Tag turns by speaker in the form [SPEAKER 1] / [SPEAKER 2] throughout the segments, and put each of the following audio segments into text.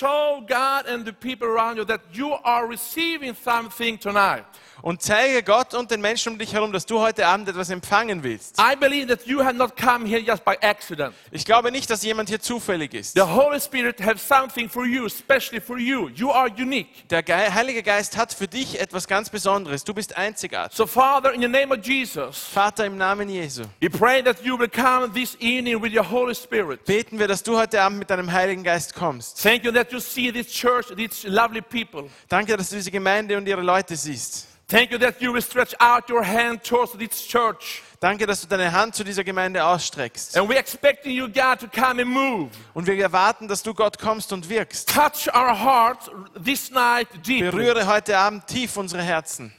[SPEAKER 1] Show God and the people around you that you are receiving something tonight.
[SPEAKER 2] Und zeige Gott und den Menschen um dich herum, dass du heute Abend etwas empfangen willst.
[SPEAKER 1] I believe that you have not come here just by accident.
[SPEAKER 2] Ich glaube nicht, dass jemand hier zufällig ist.
[SPEAKER 1] The Holy Spirit has something for you, especially for you. You are unique.
[SPEAKER 2] Der Ge Heilige Geist hat für dich etwas ganz Besonderes. Du bist einzigartig.
[SPEAKER 1] So, Father, in the name of Jesus,
[SPEAKER 2] Vater, im Namen Jesu,
[SPEAKER 1] we pray that you will come this evening with your Holy Spirit.
[SPEAKER 2] beten wir, dass du heute Abend mit deinem Heiligen Geist kommst.
[SPEAKER 1] Thank you that you see this church, these lovely people.
[SPEAKER 2] Danke, dass du diese Gemeinde und ihre Leute siehst.
[SPEAKER 1] Thank you that you will stretch out your hand towards this church.
[SPEAKER 2] Danke, dass du deine Hand zu dieser Gemeinde ausstreckst.
[SPEAKER 1] And we're expecting you, God, to come and move.
[SPEAKER 2] Und wir erwarten, dass du Gott kommst und wirkst.
[SPEAKER 1] Touch our hearts this night deeply.
[SPEAKER 2] Berühre heute Abend tief unsere Herzen.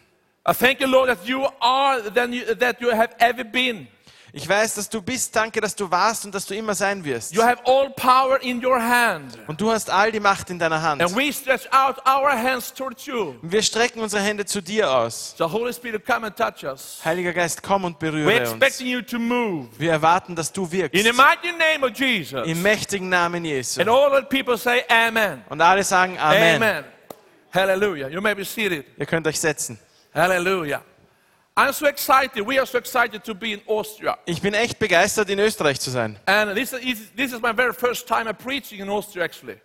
[SPEAKER 1] I thank you, Lord, that you are than you, that you have ever been.
[SPEAKER 2] Ich weiß, dass du bist. Danke, dass du warst und dass du immer sein wirst.
[SPEAKER 1] You have all power in your hand.
[SPEAKER 2] Und du hast all die Macht in deiner Hand.
[SPEAKER 1] And we stretch out our hands towards you.
[SPEAKER 2] Wir strecken unsere Hände zu dir aus.
[SPEAKER 1] So, Holy Spirit, come and touch us.
[SPEAKER 2] Heiliger Geist, komm und
[SPEAKER 1] We're
[SPEAKER 2] berühre uns.
[SPEAKER 1] expecting you to move.
[SPEAKER 2] Wir erwarten, dass du
[SPEAKER 1] In the
[SPEAKER 2] wirkst.
[SPEAKER 1] mighty name of Jesus.
[SPEAKER 2] Im mächtigen Namen Jesu.
[SPEAKER 1] And all the people say, Amen.
[SPEAKER 2] Und alle sagen Amen.
[SPEAKER 1] Hallelujah. You may be seated.
[SPEAKER 2] Ihr könnt euch setzen.
[SPEAKER 1] Hallelujah. I'm so excited. We are so excited to be in Austria.
[SPEAKER 2] Ich bin echt begeistert, in Österreich zu sein.
[SPEAKER 1] And this is, this is my very first time I'm preaching in Austria, actually.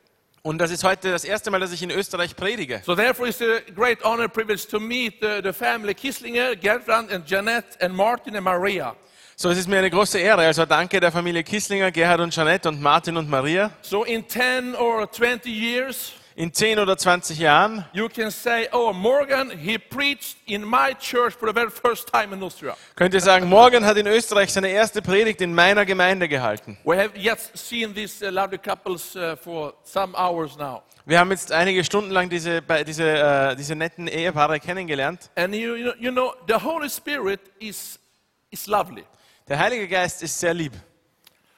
[SPEAKER 2] Und das ist heute das erste Mal, dass ich in Österreich predige.
[SPEAKER 1] So therefore, it's a great honor and privilege to meet the, the family Kisslinger, Gertrand and Jeanette and Martin and Maria.
[SPEAKER 2] So, es ist mir eine große Ehre. Also danke der Familie Kisslinger, Gerhard und Jeanette und Martin und Maria.
[SPEAKER 1] So in 10 or 20 years,
[SPEAKER 2] In 10 oder 20 Jahren
[SPEAKER 1] you can say, oh, Morgan, he preached in my church for the very first time in Austria.
[SPEAKER 2] könnt ihr sagen, Morgan hat in Österreich seine erste Predigt in meiner Gemeinde gehalten.
[SPEAKER 1] We have yet seen these uh, lovely couples uh, for some hours now.
[SPEAKER 2] Wir haben jetzt einige Stunden lang diese, bei- diese, äh, diese netten Ehepaare kennengelernt.
[SPEAKER 1] And you, you, know, you know, the Holy Spirit is, is lovely.
[SPEAKER 2] Der Heilige Geist ist sehr lieb.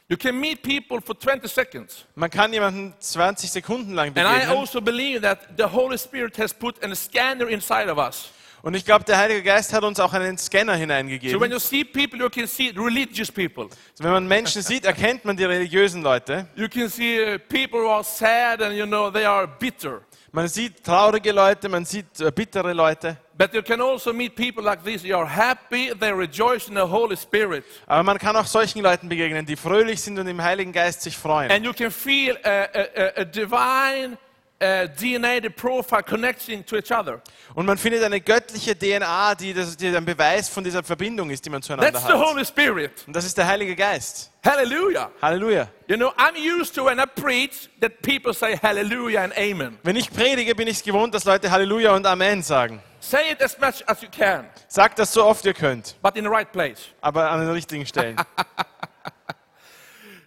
[SPEAKER 1] You can meet people for 20 seconds.
[SPEAKER 2] Man kann jemanden 20 Sekunden lang
[SPEAKER 1] And I
[SPEAKER 2] begegnen.
[SPEAKER 1] also believe that the Holy Spirit has put a scanner inside of us.
[SPEAKER 2] Und ich glaube, der Heilige Geist hat uns auch einen Scanner
[SPEAKER 1] So when
[SPEAKER 2] hineingegeben. Also
[SPEAKER 1] you see people, you can see religious people.
[SPEAKER 2] Wenn man Menschen sieht, erkennt man die religiösen Leute.
[SPEAKER 1] You can see uh, people who are sad and you know they are bitter.
[SPEAKER 2] Man sieht traurige Leute, man sieht äh, bittere Leute.
[SPEAKER 1] But you can also meet people like this. They are happy, they rejoice in the Holy Spirit.
[SPEAKER 2] Aber man kann auch solchen Leuten begegnen, die fröhlich sind und im Heiligen Geist sich freuen.
[SPEAKER 1] And you can feel a, a, a- a divine uh, DNA, the profile connecting to each other.
[SPEAKER 2] Und man findet eine göttliche DNA, die, das, die ein Beweis von dieser Verbindung ist, die man zueinander
[SPEAKER 1] That's the
[SPEAKER 2] hat.
[SPEAKER 1] Holy Spirit.
[SPEAKER 2] Und das ist der Heilige Geist.
[SPEAKER 1] Hallelujah.
[SPEAKER 2] Halleluja.
[SPEAKER 1] You know, I'm used to when I preach that people say hallelujah and amen.
[SPEAKER 2] Wenn ich predige, bin ich es gewohnt, dass Leute Halleluja und Amen sagen.
[SPEAKER 1] Say it as much as you can,
[SPEAKER 2] Sagt das so oft ihr könnt,
[SPEAKER 1] but in the right place.
[SPEAKER 2] aber an den richtigen Stellen.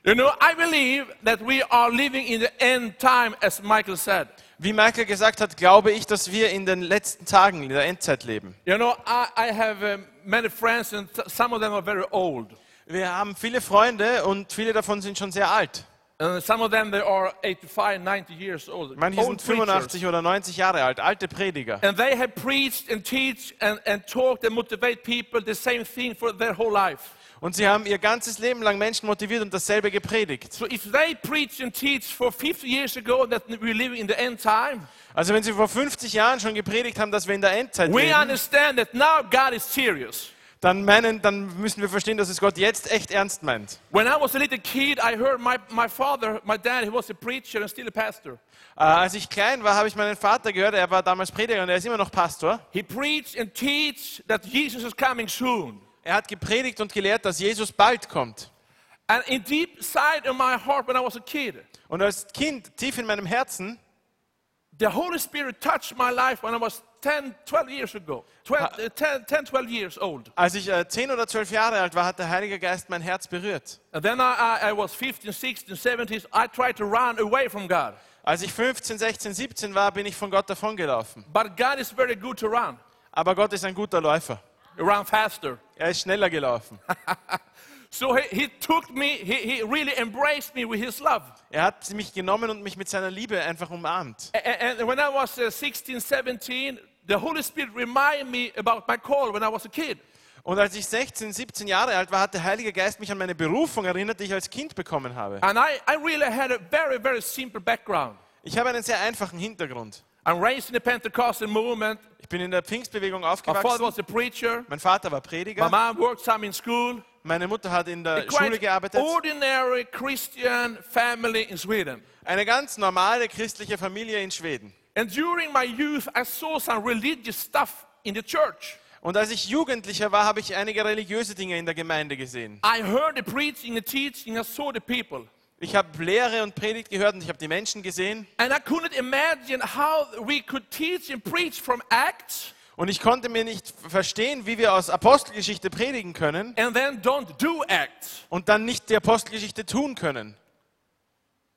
[SPEAKER 1] You know, I believe that we are living in the end time, as Michael said.
[SPEAKER 2] Wie Michael gesagt hat, glaube ich, dass wir in den letzten Tagen der Endzeit leben.
[SPEAKER 1] You know, I, I have um, many friends, and th- some of them are very old.
[SPEAKER 2] Wir haben viele Freunde und viele davon sind schon sehr alt.
[SPEAKER 1] And some of them, they are 85, 90 years old.
[SPEAKER 2] Manche
[SPEAKER 1] Old
[SPEAKER 2] sind
[SPEAKER 1] preachers.
[SPEAKER 2] 85 oder 90 Jahre alt, alte Prediger.
[SPEAKER 1] And they have preached and teach and, and talked and motivate people the same thing for their whole life.
[SPEAKER 2] Und sie haben ihr ganzes Leben lang Menschen motiviert und dasselbe gepredigt.
[SPEAKER 1] So if they preach and teach for 50 years ago that we live in the end time,
[SPEAKER 2] Also wenn sie vor 50 Jahren schon gepredigt haben, dass wir in der Endzeit
[SPEAKER 1] we
[SPEAKER 2] leben,
[SPEAKER 1] understand that now God is serious.
[SPEAKER 2] dann, meinen, dann müssen wir verstehen, dass es Gott jetzt echt ernst meint.
[SPEAKER 1] When I was a little kid, I heard my, my father, my dad, he was a preacher and still a pastor.
[SPEAKER 2] Äh, als ich klein war, habe ich meinen Vater gehört, er war damals Prediger und er ist immer noch Pastor.
[SPEAKER 1] He preached and teach that Jesus is coming soon.
[SPEAKER 2] Er hat gepredigt und gelehrt, dass Jesus bald kommt.
[SPEAKER 1] And in deep side of my heart, when I was a kid,
[SPEAKER 2] Und als Kind, tief in meinem Herzen,
[SPEAKER 1] the Holy Spirit touched my life when I was 10, 12 years ago, 12, uh, 10, 10, 12 years old.
[SPEAKER 2] als ich äh, 10 oder 12 Jahre alt war, hat der Heilige Geist mein Herz berührt.
[SPEAKER 1] And then I, I, I was 15, 16, 17. I tried to run away from God.
[SPEAKER 2] Als ich 15, 16, 17 war, bin ich von Gott davongelaufen.
[SPEAKER 1] But God is very good to run.
[SPEAKER 2] Aber Gott ist ein guter Läufer.
[SPEAKER 1] You run faster.
[SPEAKER 2] Er ist schneller gelaufen.
[SPEAKER 1] So he, he took me, he, he really embraced me with his love.
[SPEAKER 2] Er hat mich genommen und mich mit seiner Liebe einfach umarmt.
[SPEAKER 1] A- a- And, when I was uh, 16, 17, the Holy Spirit reminded me about my call when I was a kid.
[SPEAKER 2] Und als ich 16, 17 Jahre alt war, hat der Heilige Geist mich an meine Berufung erinnert, die ich als Kind bekommen habe.
[SPEAKER 1] And I, I really had a very, very simple background.
[SPEAKER 2] Ich habe einen sehr einfachen Hintergrund.
[SPEAKER 1] I'm raised in the Pentecostal movement.
[SPEAKER 2] Ich bin in der Pfingstbewegung
[SPEAKER 1] My father
[SPEAKER 2] aufgewachsen.
[SPEAKER 1] was a preacher.
[SPEAKER 2] Mein Vater war
[SPEAKER 1] My
[SPEAKER 2] Prediger.
[SPEAKER 1] mom worked some in school.
[SPEAKER 2] Meine Mutter hat in der Schule
[SPEAKER 1] Quite
[SPEAKER 2] gearbeitet.
[SPEAKER 1] ordinary Christian family in Sweden.
[SPEAKER 2] Eine ganz normale christliche Familie in Schweden.
[SPEAKER 1] And during my youth, I saw some religious stuff in the church.
[SPEAKER 2] Und als ich Jugendlicher war, habe ich einige religiöse Dinge in der Gemeinde gesehen.
[SPEAKER 1] I heard the preaching, the teaching, I saw the people.
[SPEAKER 2] Ich habe Lehre und Predigt gehört und ich habe die Menschen gesehen.
[SPEAKER 1] And I couldn't imagine how we could teach and preach from Acts
[SPEAKER 2] Und ich konnte mir nicht verstehen, wie wir aus Apostelgeschichte predigen können
[SPEAKER 1] and then don't do Acts.
[SPEAKER 2] und dann nicht die Apostelgeschichte tun können.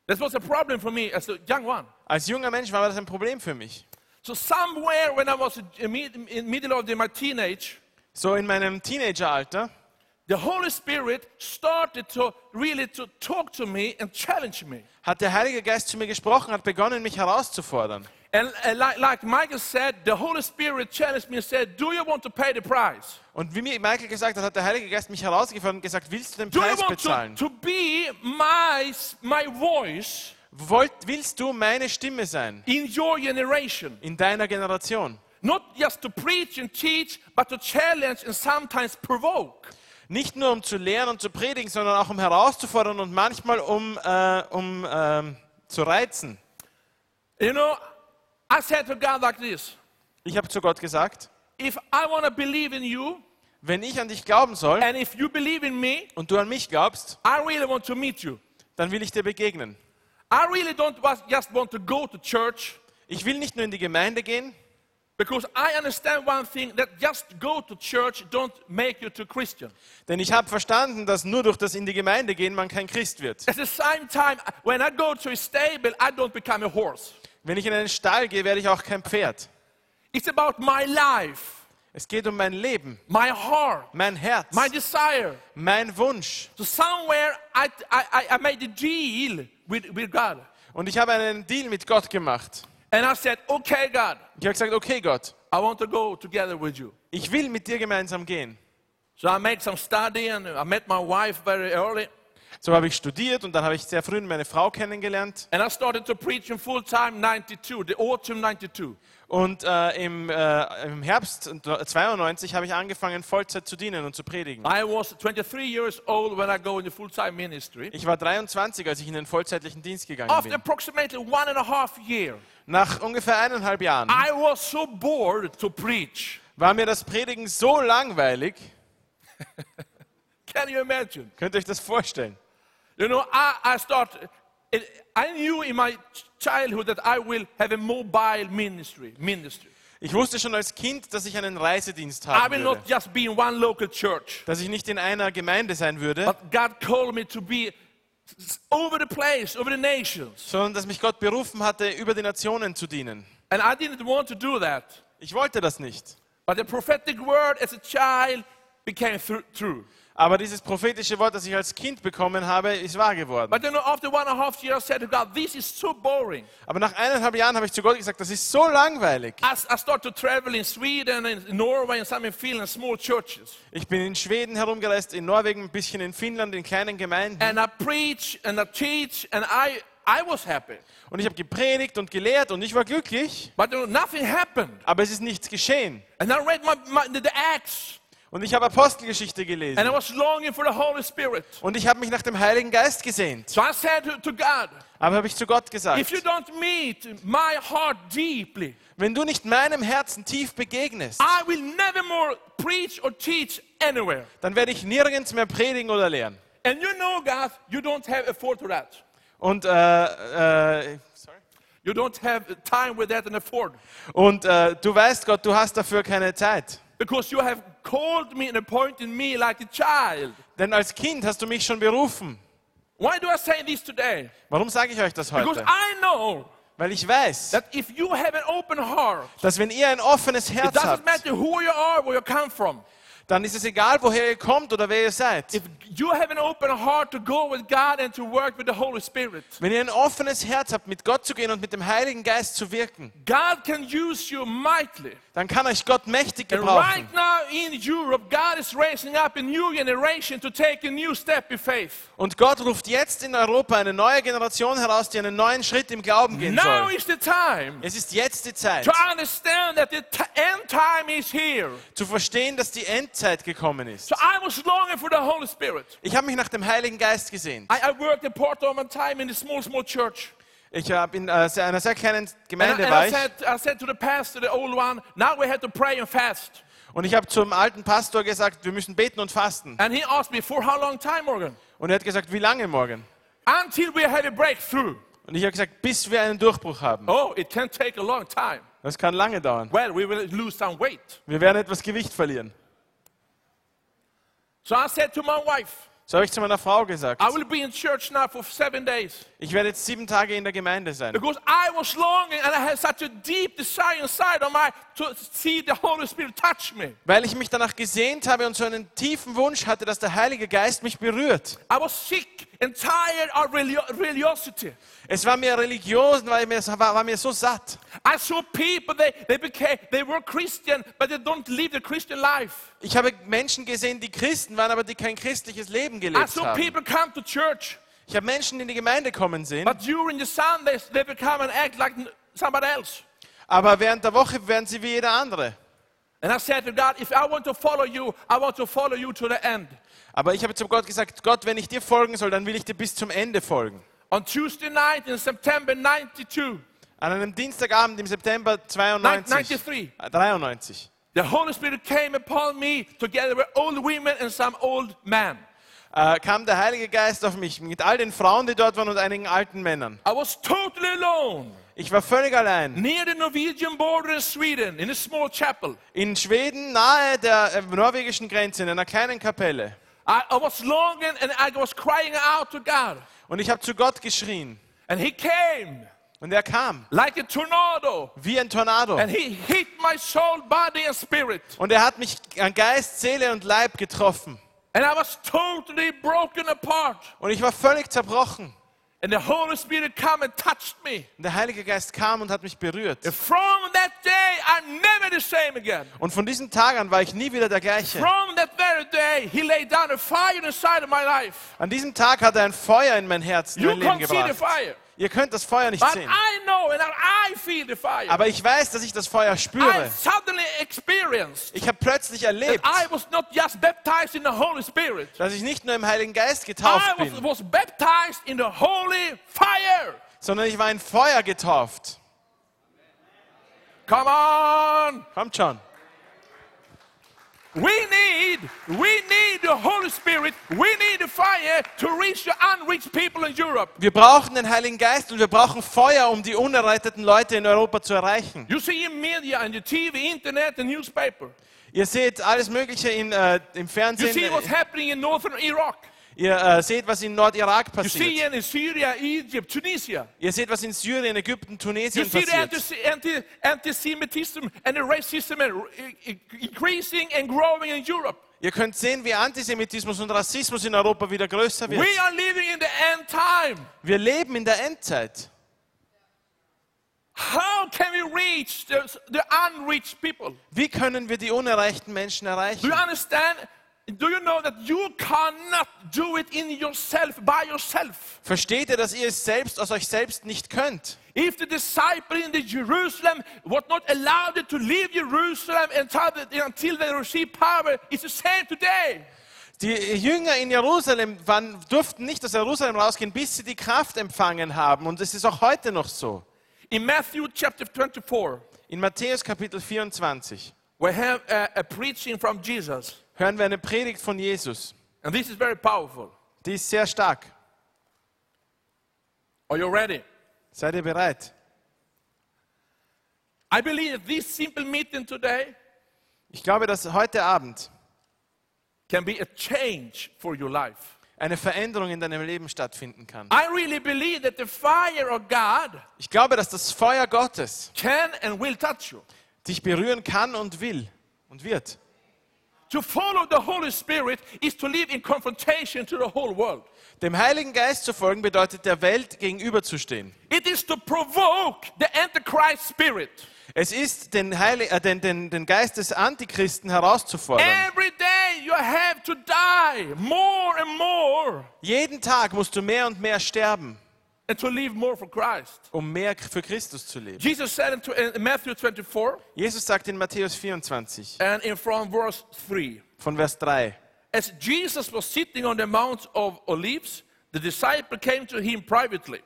[SPEAKER 1] That was a problem for me as a young one.
[SPEAKER 2] Als junger Mensch war das ein Problem für mich.
[SPEAKER 1] So somewhere when I was in the middle of the- my teenage,
[SPEAKER 2] So in meinem Teenageralter
[SPEAKER 1] the Holy Spirit started to really to talk to me and challenge me.
[SPEAKER 2] hat der Heilige Geist zu mir gesprochen, hat begonnen, mich herauszufordern.
[SPEAKER 1] And uh, like, like Michael said, the Holy Spirit challenged me and said, "Do you want to pay the price?
[SPEAKER 2] Und wie mir Michael gesagt hat, hat der Heilige Geist mich herausgefordert und gesagt, willst du den
[SPEAKER 1] Do you
[SPEAKER 2] Preis
[SPEAKER 1] want to,
[SPEAKER 2] bezahlen?
[SPEAKER 1] to be my my voice
[SPEAKER 2] Wollt, willst du meine Stimme sein
[SPEAKER 1] in your generation?
[SPEAKER 2] in deiner Generation?
[SPEAKER 1] Not just to preach and teach, but to challenge and sometimes provoke."
[SPEAKER 2] Nicht nur um zu lehren und zu predigen, sondern auch um herauszufordern und manchmal um, äh, um ähm, zu reizen.
[SPEAKER 1] You know, I said to God like this:
[SPEAKER 2] Ich habe zu Gott gesagt,
[SPEAKER 1] If I want to believe in you,
[SPEAKER 2] wenn ich an dich glauben soll
[SPEAKER 1] and if you believe in me,
[SPEAKER 2] und du an mich glaubst,
[SPEAKER 1] I really want to meet you.
[SPEAKER 2] dann will ich dir begegnen.
[SPEAKER 1] I really don't was- just want to go to church
[SPEAKER 2] Ich will nicht nur in die Gemeinde gehen,
[SPEAKER 1] because I understand one thing that just go to church don't make you to Christian.
[SPEAKER 2] denn ich habe verstanden, dass nur durch das in die Gemeinde gehen man kein Christ wird.
[SPEAKER 1] At the same time, when I go to a stable, I don't become a horse.
[SPEAKER 2] Wenn ich in einen Stall gehe, werde ich auch kein Pferd.
[SPEAKER 1] It's about my life,
[SPEAKER 2] Es geht um mein Leben,
[SPEAKER 1] my heart,
[SPEAKER 2] mein Herz,
[SPEAKER 1] my desire.
[SPEAKER 2] mein Wunsch.
[SPEAKER 1] So somewhere I, I, I- I made a deal with, with God.
[SPEAKER 2] Und ich habe einen Deal mit Gott gemacht.
[SPEAKER 1] And I said, okay, God,
[SPEAKER 2] Ich habe gesagt, okay Gott,
[SPEAKER 1] I want to go together with you.
[SPEAKER 2] ich will mit dir gemeinsam gehen.
[SPEAKER 1] So I made some study and I met my wife very early.
[SPEAKER 2] So habe ich studiert und dann habe ich sehr früh meine Frau kennengelernt.
[SPEAKER 1] And I started to preach in full time 92, the autumn 92.
[SPEAKER 2] Und äh, im, äh, im Herbst 92 habe ich angefangen, Vollzeit zu dienen und zu predigen.
[SPEAKER 1] I was 23 years old when I go in the full time ministry.
[SPEAKER 2] Ich war 23, als ich in den vollzeitlichen Dienst gegangen
[SPEAKER 1] After
[SPEAKER 2] bin.
[SPEAKER 1] approximately one and a half year,
[SPEAKER 2] Nach ungefähr eineinhalb Jahren
[SPEAKER 1] I was so bored to preach.
[SPEAKER 2] war mir das Predigen so langweilig.
[SPEAKER 1] Can you imagine?
[SPEAKER 2] Könnt ihr euch das vorstellen?
[SPEAKER 1] You know, I, I start. It, I knew in my ch- childhood that I will have a mobile ministry. Ministry.
[SPEAKER 2] Ich wusste schon als Kind, dass ich einen Reisedienst
[SPEAKER 1] I
[SPEAKER 2] haben
[SPEAKER 1] will
[SPEAKER 2] würde.
[SPEAKER 1] not just be in one local church,
[SPEAKER 2] Dass ich nicht in einer Gemeinde sein würde,
[SPEAKER 1] but God called me to be s- over the place, over the nations,
[SPEAKER 2] sondern dass mich Gott berufen hatte, über die Nationen zu dienen.
[SPEAKER 1] and I didn't want to do that.
[SPEAKER 2] Ich wollte das nicht.
[SPEAKER 1] But the prophetic word as a child became thr- true.
[SPEAKER 2] Aber dieses prophetische Wort, das ich als Kind bekommen habe, ist wahr geworden.
[SPEAKER 1] But you know, after one and a half years, I said to God, this is so boring.
[SPEAKER 2] Aber nach eineinhalb Jahren habe ich zu Gott gesagt, das ist so langweilig.
[SPEAKER 1] I, I start to travel in Sweden and in Norway and some in Finland, small churches.
[SPEAKER 2] Ich bin in Schweden herumgereist, in Norwegen, ein bisschen in Finnland, in kleinen Gemeinden.
[SPEAKER 1] And I preach and I teach and I, I was happy.
[SPEAKER 2] Und ich habe gepredigt und gelehrt und ich war glücklich,
[SPEAKER 1] But you know, nothing happened.
[SPEAKER 2] aber es ist nichts geschehen.
[SPEAKER 1] And I read my, my, the, the Acts
[SPEAKER 2] Und ich habe Apostelgeschichte
[SPEAKER 1] and I
[SPEAKER 2] gelesen.
[SPEAKER 1] was longing for the Holy Spirit.
[SPEAKER 2] Und ich habe mich nach dem Heiligen Geist gesehnt.
[SPEAKER 1] So I said to, to God,
[SPEAKER 2] Aber habe ich zu Gott
[SPEAKER 1] if
[SPEAKER 2] gesagt,
[SPEAKER 1] you don't meet my heart deeply,
[SPEAKER 2] wenn du nicht meinem Herzen tief begegnest,
[SPEAKER 1] I will never more preach or teach anywhere.
[SPEAKER 2] dann werde ich nirgends mehr predigen oder lehren.
[SPEAKER 1] And you know, God, you don't have afford for that.
[SPEAKER 2] Und, äh, äh,
[SPEAKER 1] You don't have time with that and afford.
[SPEAKER 2] und äh, du weißt, Gott, du hast dafür keine Zeit.
[SPEAKER 1] Because you have called me and appointed me like a child.
[SPEAKER 2] Denn als Kind hast du mich schon berufen.
[SPEAKER 1] Why do I say this today?
[SPEAKER 2] Warum sage ich euch das
[SPEAKER 1] Because
[SPEAKER 2] heute?
[SPEAKER 1] I know
[SPEAKER 2] Weil ich weiß,
[SPEAKER 1] that if you have an open heart,
[SPEAKER 2] dass wenn ihr ein offenes
[SPEAKER 1] it
[SPEAKER 2] Herz
[SPEAKER 1] doesn't
[SPEAKER 2] habt,
[SPEAKER 1] matter who you are, where you come from.
[SPEAKER 2] dann ist es egal, woher ihr kommt oder wer ihr seid.
[SPEAKER 1] If you have an open heart to go with God and to work with the Holy Spirit,
[SPEAKER 2] Wenn ihr ein offenes Herz habt, mit Gott zu gehen und mit dem Heiligen Geist zu wirken,
[SPEAKER 1] God can use you mightily.
[SPEAKER 2] dann kann euch Gott mächtig
[SPEAKER 1] And
[SPEAKER 2] gebrauchen.
[SPEAKER 1] right now in Europe, God is raising up a new generation to take a new step in faith.
[SPEAKER 2] Und Gott ruft jetzt in Europa eine neue Generation heraus, die einen neuen Schritt im Glauben gehen
[SPEAKER 1] Now
[SPEAKER 2] soll.
[SPEAKER 1] is the time
[SPEAKER 2] Es ist jetzt die Zeit,
[SPEAKER 1] to understand that the t- end time is here.
[SPEAKER 2] zu verstehen, dass die Endzeit gekommen ist.
[SPEAKER 1] So I was longing for the Holy Spirit.
[SPEAKER 2] Ich habe mich nach dem Heiligen Geist gesehnt.
[SPEAKER 1] I, I worked in Porto on time in a small, small church.
[SPEAKER 2] Ich habe in äh, sehr- einer sehr kleinen
[SPEAKER 1] And, I,
[SPEAKER 2] Gemeinde
[SPEAKER 1] and
[SPEAKER 2] war
[SPEAKER 1] I,
[SPEAKER 2] ich
[SPEAKER 1] said, I said to the pastor, the old one, now we have to pray and fast.
[SPEAKER 2] und ich habe zum alten Pastor gesagt, wir müssen beten und fasten.
[SPEAKER 1] And he asked me, for how long time, Morgan?
[SPEAKER 2] Und er hat gesagt, wie lange morgen?
[SPEAKER 1] Until we have a breakthrough.
[SPEAKER 2] Und ich habe gesagt, bis wir einen Durchbruch haben.
[SPEAKER 1] Oh, it can take a long time.
[SPEAKER 2] Das kann lange dauern.
[SPEAKER 1] Well, we will lose some weight.
[SPEAKER 2] Wir werden etwas Gewicht verlieren.
[SPEAKER 1] So I said to my wife,
[SPEAKER 2] So habe ich zu meiner Frau gesagt,
[SPEAKER 1] I will be in church now for seven days
[SPEAKER 2] ich werde jetzt sieben Tage in der Gemeinde sein.
[SPEAKER 1] because I was longing and I had such a deep desire inside of my to see the Holy Spirit touch me.
[SPEAKER 2] Weil ich mich danach gesehnt habe und so einen tiefen Wunsch hatte, dass der Heilige Geist mich berührt.
[SPEAKER 1] I was sick and tired of religio- religiosity.
[SPEAKER 2] Es war mir religiös, war mir, war, war mir so satt.
[SPEAKER 1] I saw people they, they became they were Christian but they don't live the Christian life.
[SPEAKER 2] Ich habe Menschen gesehen, die Christen waren, aber die kein christliches Leben
[SPEAKER 1] I
[SPEAKER 2] gelebt
[SPEAKER 1] saw
[SPEAKER 2] haben.
[SPEAKER 1] people come to church
[SPEAKER 2] Ich habe Menschen die in die Gemeinde kommen sehen,
[SPEAKER 1] but during the Sundays they become and act like n- somebody else.
[SPEAKER 2] aber während der Woche werden sie wie jeder andere.
[SPEAKER 1] And I said to God, if I want to follow you, I want to follow you to the end.
[SPEAKER 2] Aber ich habe zu Gott gesagt, Gott, wenn ich dir folgen soll, dann will ich dir bis zum Ende folgen.
[SPEAKER 1] On Tuesday night in September 92,
[SPEAKER 2] An einem Dienstagabend im September 92,
[SPEAKER 1] 93.
[SPEAKER 2] äh, 93
[SPEAKER 1] The Holy Spirit came upon me together with old women and some old men.
[SPEAKER 2] äh, kam der Heilige Geist auf mich mit all den Frauen, die dort waren und einigen alten Männern.
[SPEAKER 1] I was totally alone
[SPEAKER 2] Ich war völlig allein.
[SPEAKER 1] near the Norwegian border in Sweden in a small chapel.
[SPEAKER 2] In Schweden, nahe der äh, norwegischen Grenze, in einer kleinen Kapelle.
[SPEAKER 1] I, I was longing and I was crying out to God.
[SPEAKER 2] Und ich habe zu Gott geschrien.
[SPEAKER 1] And He came
[SPEAKER 2] Und er kam,
[SPEAKER 1] like a tornado
[SPEAKER 2] wie ein Tornado.
[SPEAKER 1] and He hit my soul, body, and spirit.
[SPEAKER 2] Und er hat mich an Geist, Seele und Leib getroffen.
[SPEAKER 1] And I was totally broken apart.
[SPEAKER 2] Und ich war völlig zerbrochen.
[SPEAKER 1] And the Holy Spirit came and touched me.
[SPEAKER 2] Und der Heilige Geist kam und hat mich berührt.
[SPEAKER 1] And from that day, I'm never the same again.
[SPEAKER 2] Und von diesem Tag an war ich nie wieder der gleiche.
[SPEAKER 1] From that very day, He laid down a fire inside of my life.
[SPEAKER 2] An diesem Tag hat er ein Feuer in mein Herz, in
[SPEAKER 1] You
[SPEAKER 2] mein Leben
[SPEAKER 1] can't see the
[SPEAKER 2] gebracht.
[SPEAKER 1] fire,
[SPEAKER 2] Ihr könnt das Feuer nicht
[SPEAKER 1] but
[SPEAKER 2] sehen.
[SPEAKER 1] I know and I feel the fire.
[SPEAKER 2] Aber ich weiß, dass ich das Feuer
[SPEAKER 1] I
[SPEAKER 2] spüre.
[SPEAKER 1] suddenly experienced
[SPEAKER 2] Ich habe plötzlich
[SPEAKER 1] that
[SPEAKER 2] erlebt,
[SPEAKER 1] I was not just baptized in the Holy Spirit.
[SPEAKER 2] dass ich nicht nur im Heiligen Geist
[SPEAKER 1] I
[SPEAKER 2] getauft
[SPEAKER 1] was,
[SPEAKER 2] bin,
[SPEAKER 1] was baptized in the holy fire.
[SPEAKER 2] sondern ich war in Feuer getauft.
[SPEAKER 1] Come on.
[SPEAKER 2] Kommt schon.
[SPEAKER 1] We need, we need the Holy Spirit. We need the fire to reach the unreached people in Europe.
[SPEAKER 2] Wir brauchen den Heiligen Geist und wir brauchen Feuer, um die unerretteten Leute in Europa zu erreichen.
[SPEAKER 1] You see in media, in the TV, internet, and newspaper.
[SPEAKER 2] Ihr seht alles Mögliche in, äh, im
[SPEAKER 1] You see
[SPEAKER 2] Fernsehen.
[SPEAKER 1] what's happening in northern Iraq.
[SPEAKER 2] Ihr äh, seht, was in Nordirak
[SPEAKER 1] You see
[SPEAKER 2] passiert.
[SPEAKER 1] in Syria, Egypt, Tunisia.
[SPEAKER 2] Ihr seht, was in Syrien, Ägypten,
[SPEAKER 1] You
[SPEAKER 2] Tunesien
[SPEAKER 1] see the
[SPEAKER 2] passiert.
[SPEAKER 1] anti- anti- anti-Semitism and the racism and i- i- increasing and growing in Europe.
[SPEAKER 2] Ihr könnt sehen, wie Antisemitismus und Rassismus in Europa wieder größer wird.
[SPEAKER 1] We are living in the end time.
[SPEAKER 2] Wir leben in der Endzeit.
[SPEAKER 1] How can we reach the, the unreached people?
[SPEAKER 2] Wie können wir die unerreichten Menschen
[SPEAKER 1] Do
[SPEAKER 2] erreichen?
[SPEAKER 1] you understand? Do you know that you cannot do it in yourself by yourself?
[SPEAKER 2] Versteht ihr, dass ihr es selbst aus euch selbst nicht könnt?
[SPEAKER 1] If the disciple in the Jerusalem was not allowed to leave Jerusalem until they- until they receive power, it's the same today.
[SPEAKER 2] Die Jünger in Jerusalem waren, durften nicht aus Jerusalem rausgehen, bis sie die Kraft empfangen haben. Und es ist auch heute noch so.
[SPEAKER 1] In Matthew chapter 24,
[SPEAKER 2] In Matthäus Kapitel 24
[SPEAKER 1] we have a, a preaching from Jesus.
[SPEAKER 2] hören wir eine Predigt von Jesus.
[SPEAKER 1] And this is very powerful.
[SPEAKER 2] Die ist sehr stark.
[SPEAKER 1] Are you ready?
[SPEAKER 2] Seid ihr bereit?
[SPEAKER 1] I believe that this simple meeting today
[SPEAKER 2] Ich glaube, dass heute Abend
[SPEAKER 1] can be a change for your life.
[SPEAKER 2] eine Veränderung in deinem Leben stattfinden kann.
[SPEAKER 1] I really believe that the fire of God
[SPEAKER 2] Ich glaube, dass das Feuer Gottes
[SPEAKER 1] can and will touch you.
[SPEAKER 2] dich berühren kann und will und wird.
[SPEAKER 1] To follow the Holy Spirit is to live in confrontation to the whole world.
[SPEAKER 2] Dem Heiligen Geist zu folgen bedeutet, der Welt gegenüberzustehen.
[SPEAKER 1] It is to provoke the Antichrist spirit.
[SPEAKER 2] Es ist, den, Heili äh, den, den, den Geist des Antichristen herauszufordern.
[SPEAKER 1] Every day you have to die more and more
[SPEAKER 2] Jeden Tag musst du mehr und mehr sterben,
[SPEAKER 1] and to live more for Christ.
[SPEAKER 2] um mehr für Christus zu leben.
[SPEAKER 1] Jesus said in, to- in Matthew 24
[SPEAKER 2] Jesus sagt in Matthäus 24
[SPEAKER 1] and in from verse 3
[SPEAKER 2] von Vers 3,
[SPEAKER 1] As Jesus was sitting on the Mount of Olives, the disciple came to him privately.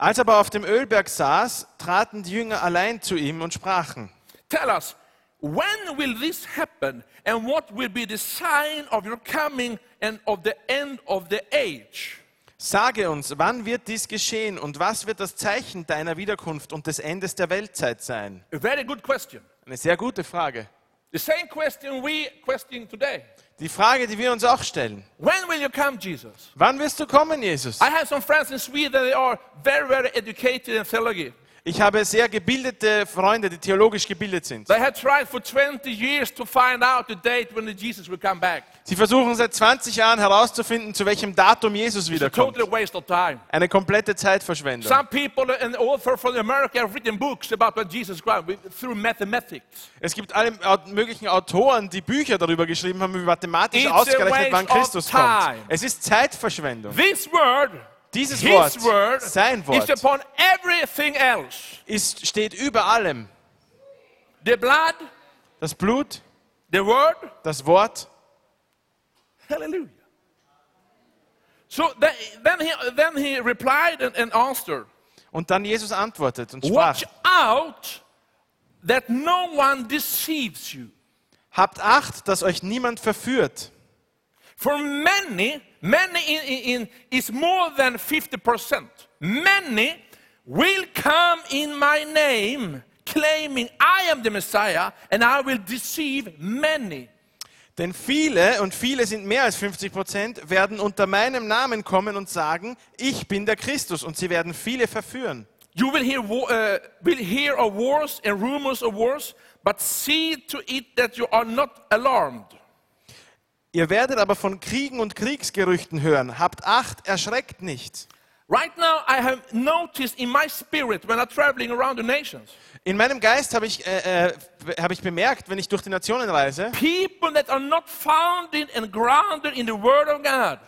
[SPEAKER 2] Als er aber auf dem Ölberg saß, traten die Jünger allein zu ihm und sprachen,
[SPEAKER 1] Tell us, when will this happen and what will be the sign of your coming and of the end of the age?
[SPEAKER 2] Sage uns, wann wird dies geschehen und was wird das Zeichen deiner Wiederkunft und des Endes der Weltzeit sein?
[SPEAKER 1] A very good question.
[SPEAKER 2] Eine sehr gute Frage.
[SPEAKER 1] The same question we question today.
[SPEAKER 2] Die Frage, die wir uns auch stellen.
[SPEAKER 1] When will you come, Jesus?
[SPEAKER 2] Wann wirst du kommen, Jesus?
[SPEAKER 1] I have some friends in Sweden, they are very, very educated in theology.
[SPEAKER 2] Ich habe sehr gebildete Freunde, die theologisch gebildet sind.
[SPEAKER 1] They had tried for 20 years to find out the date when the Jesus will come back.
[SPEAKER 2] Sie versuchen seit 20 Jahren herauszufinden, zu welchem Datum Jesus
[SPEAKER 1] It's a
[SPEAKER 2] wiederkommt.
[SPEAKER 1] total waste of time.
[SPEAKER 2] Eine komplette Zeitverschwendung.
[SPEAKER 1] Some people and author from America have written books about when Jesus Christ with- through mathematics.
[SPEAKER 2] Es gibt alle au- möglichen Autoren, die Bücher darüber geschrieben haben, wie mathematisch
[SPEAKER 1] It's a waste
[SPEAKER 2] ausgerechnet, wann
[SPEAKER 1] of
[SPEAKER 2] Christus
[SPEAKER 1] time.
[SPEAKER 2] kommt. Es ist Zeitverschwendung.
[SPEAKER 1] This word,
[SPEAKER 2] Dieses Wort,
[SPEAKER 1] his word,
[SPEAKER 2] sein
[SPEAKER 1] is
[SPEAKER 2] Wort,
[SPEAKER 1] upon everything else.
[SPEAKER 2] ist, steht über allem.
[SPEAKER 1] The blood,
[SPEAKER 2] Das Blut,
[SPEAKER 1] the word,
[SPEAKER 2] das Wort.
[SPEAKER 1] hallelujah. So th- then, he, then he replied and, and answered,
[SPEAKER 2] Und dann Jesus antwortet und sprach,
[SPEAKER 1] Watch out that no one deceives you.
[SPEAKER 2] habt Acht, dass euch niemand verführt.
[SPEAKER 1] For many, many in, in, in- is more than 50%. Many will come in my name, claiming I am the Messiah, and I will deceive many.
[SPEAKER 2] Denn viele, und viele sind mehr als 50 Prozent, werden unter meinem Namen kommen und sagen, ich bin der Christus. Und sie werden viele verführen.
[SPEAKER 1] You will hear, wa- uh, will hear of wars and rumors of wars, but see to it that you are not alarmed.
[SPEAKER 2] Ihr werdet aber von Kriegen und Kriegsgerüchten hören. Habt Acht, erschreckt nicht.
[SPEAKER 1] Right now, I have noticed in my spirit when I'm traveling around the nations,
[SPEAKER 2] In meinem Geist habe ich, äh, äh, be- habe ich bemerkt, wenn ich durch die Nationen reise,
[SPEAKER 1] people that are not founded and grounded in the Word of God.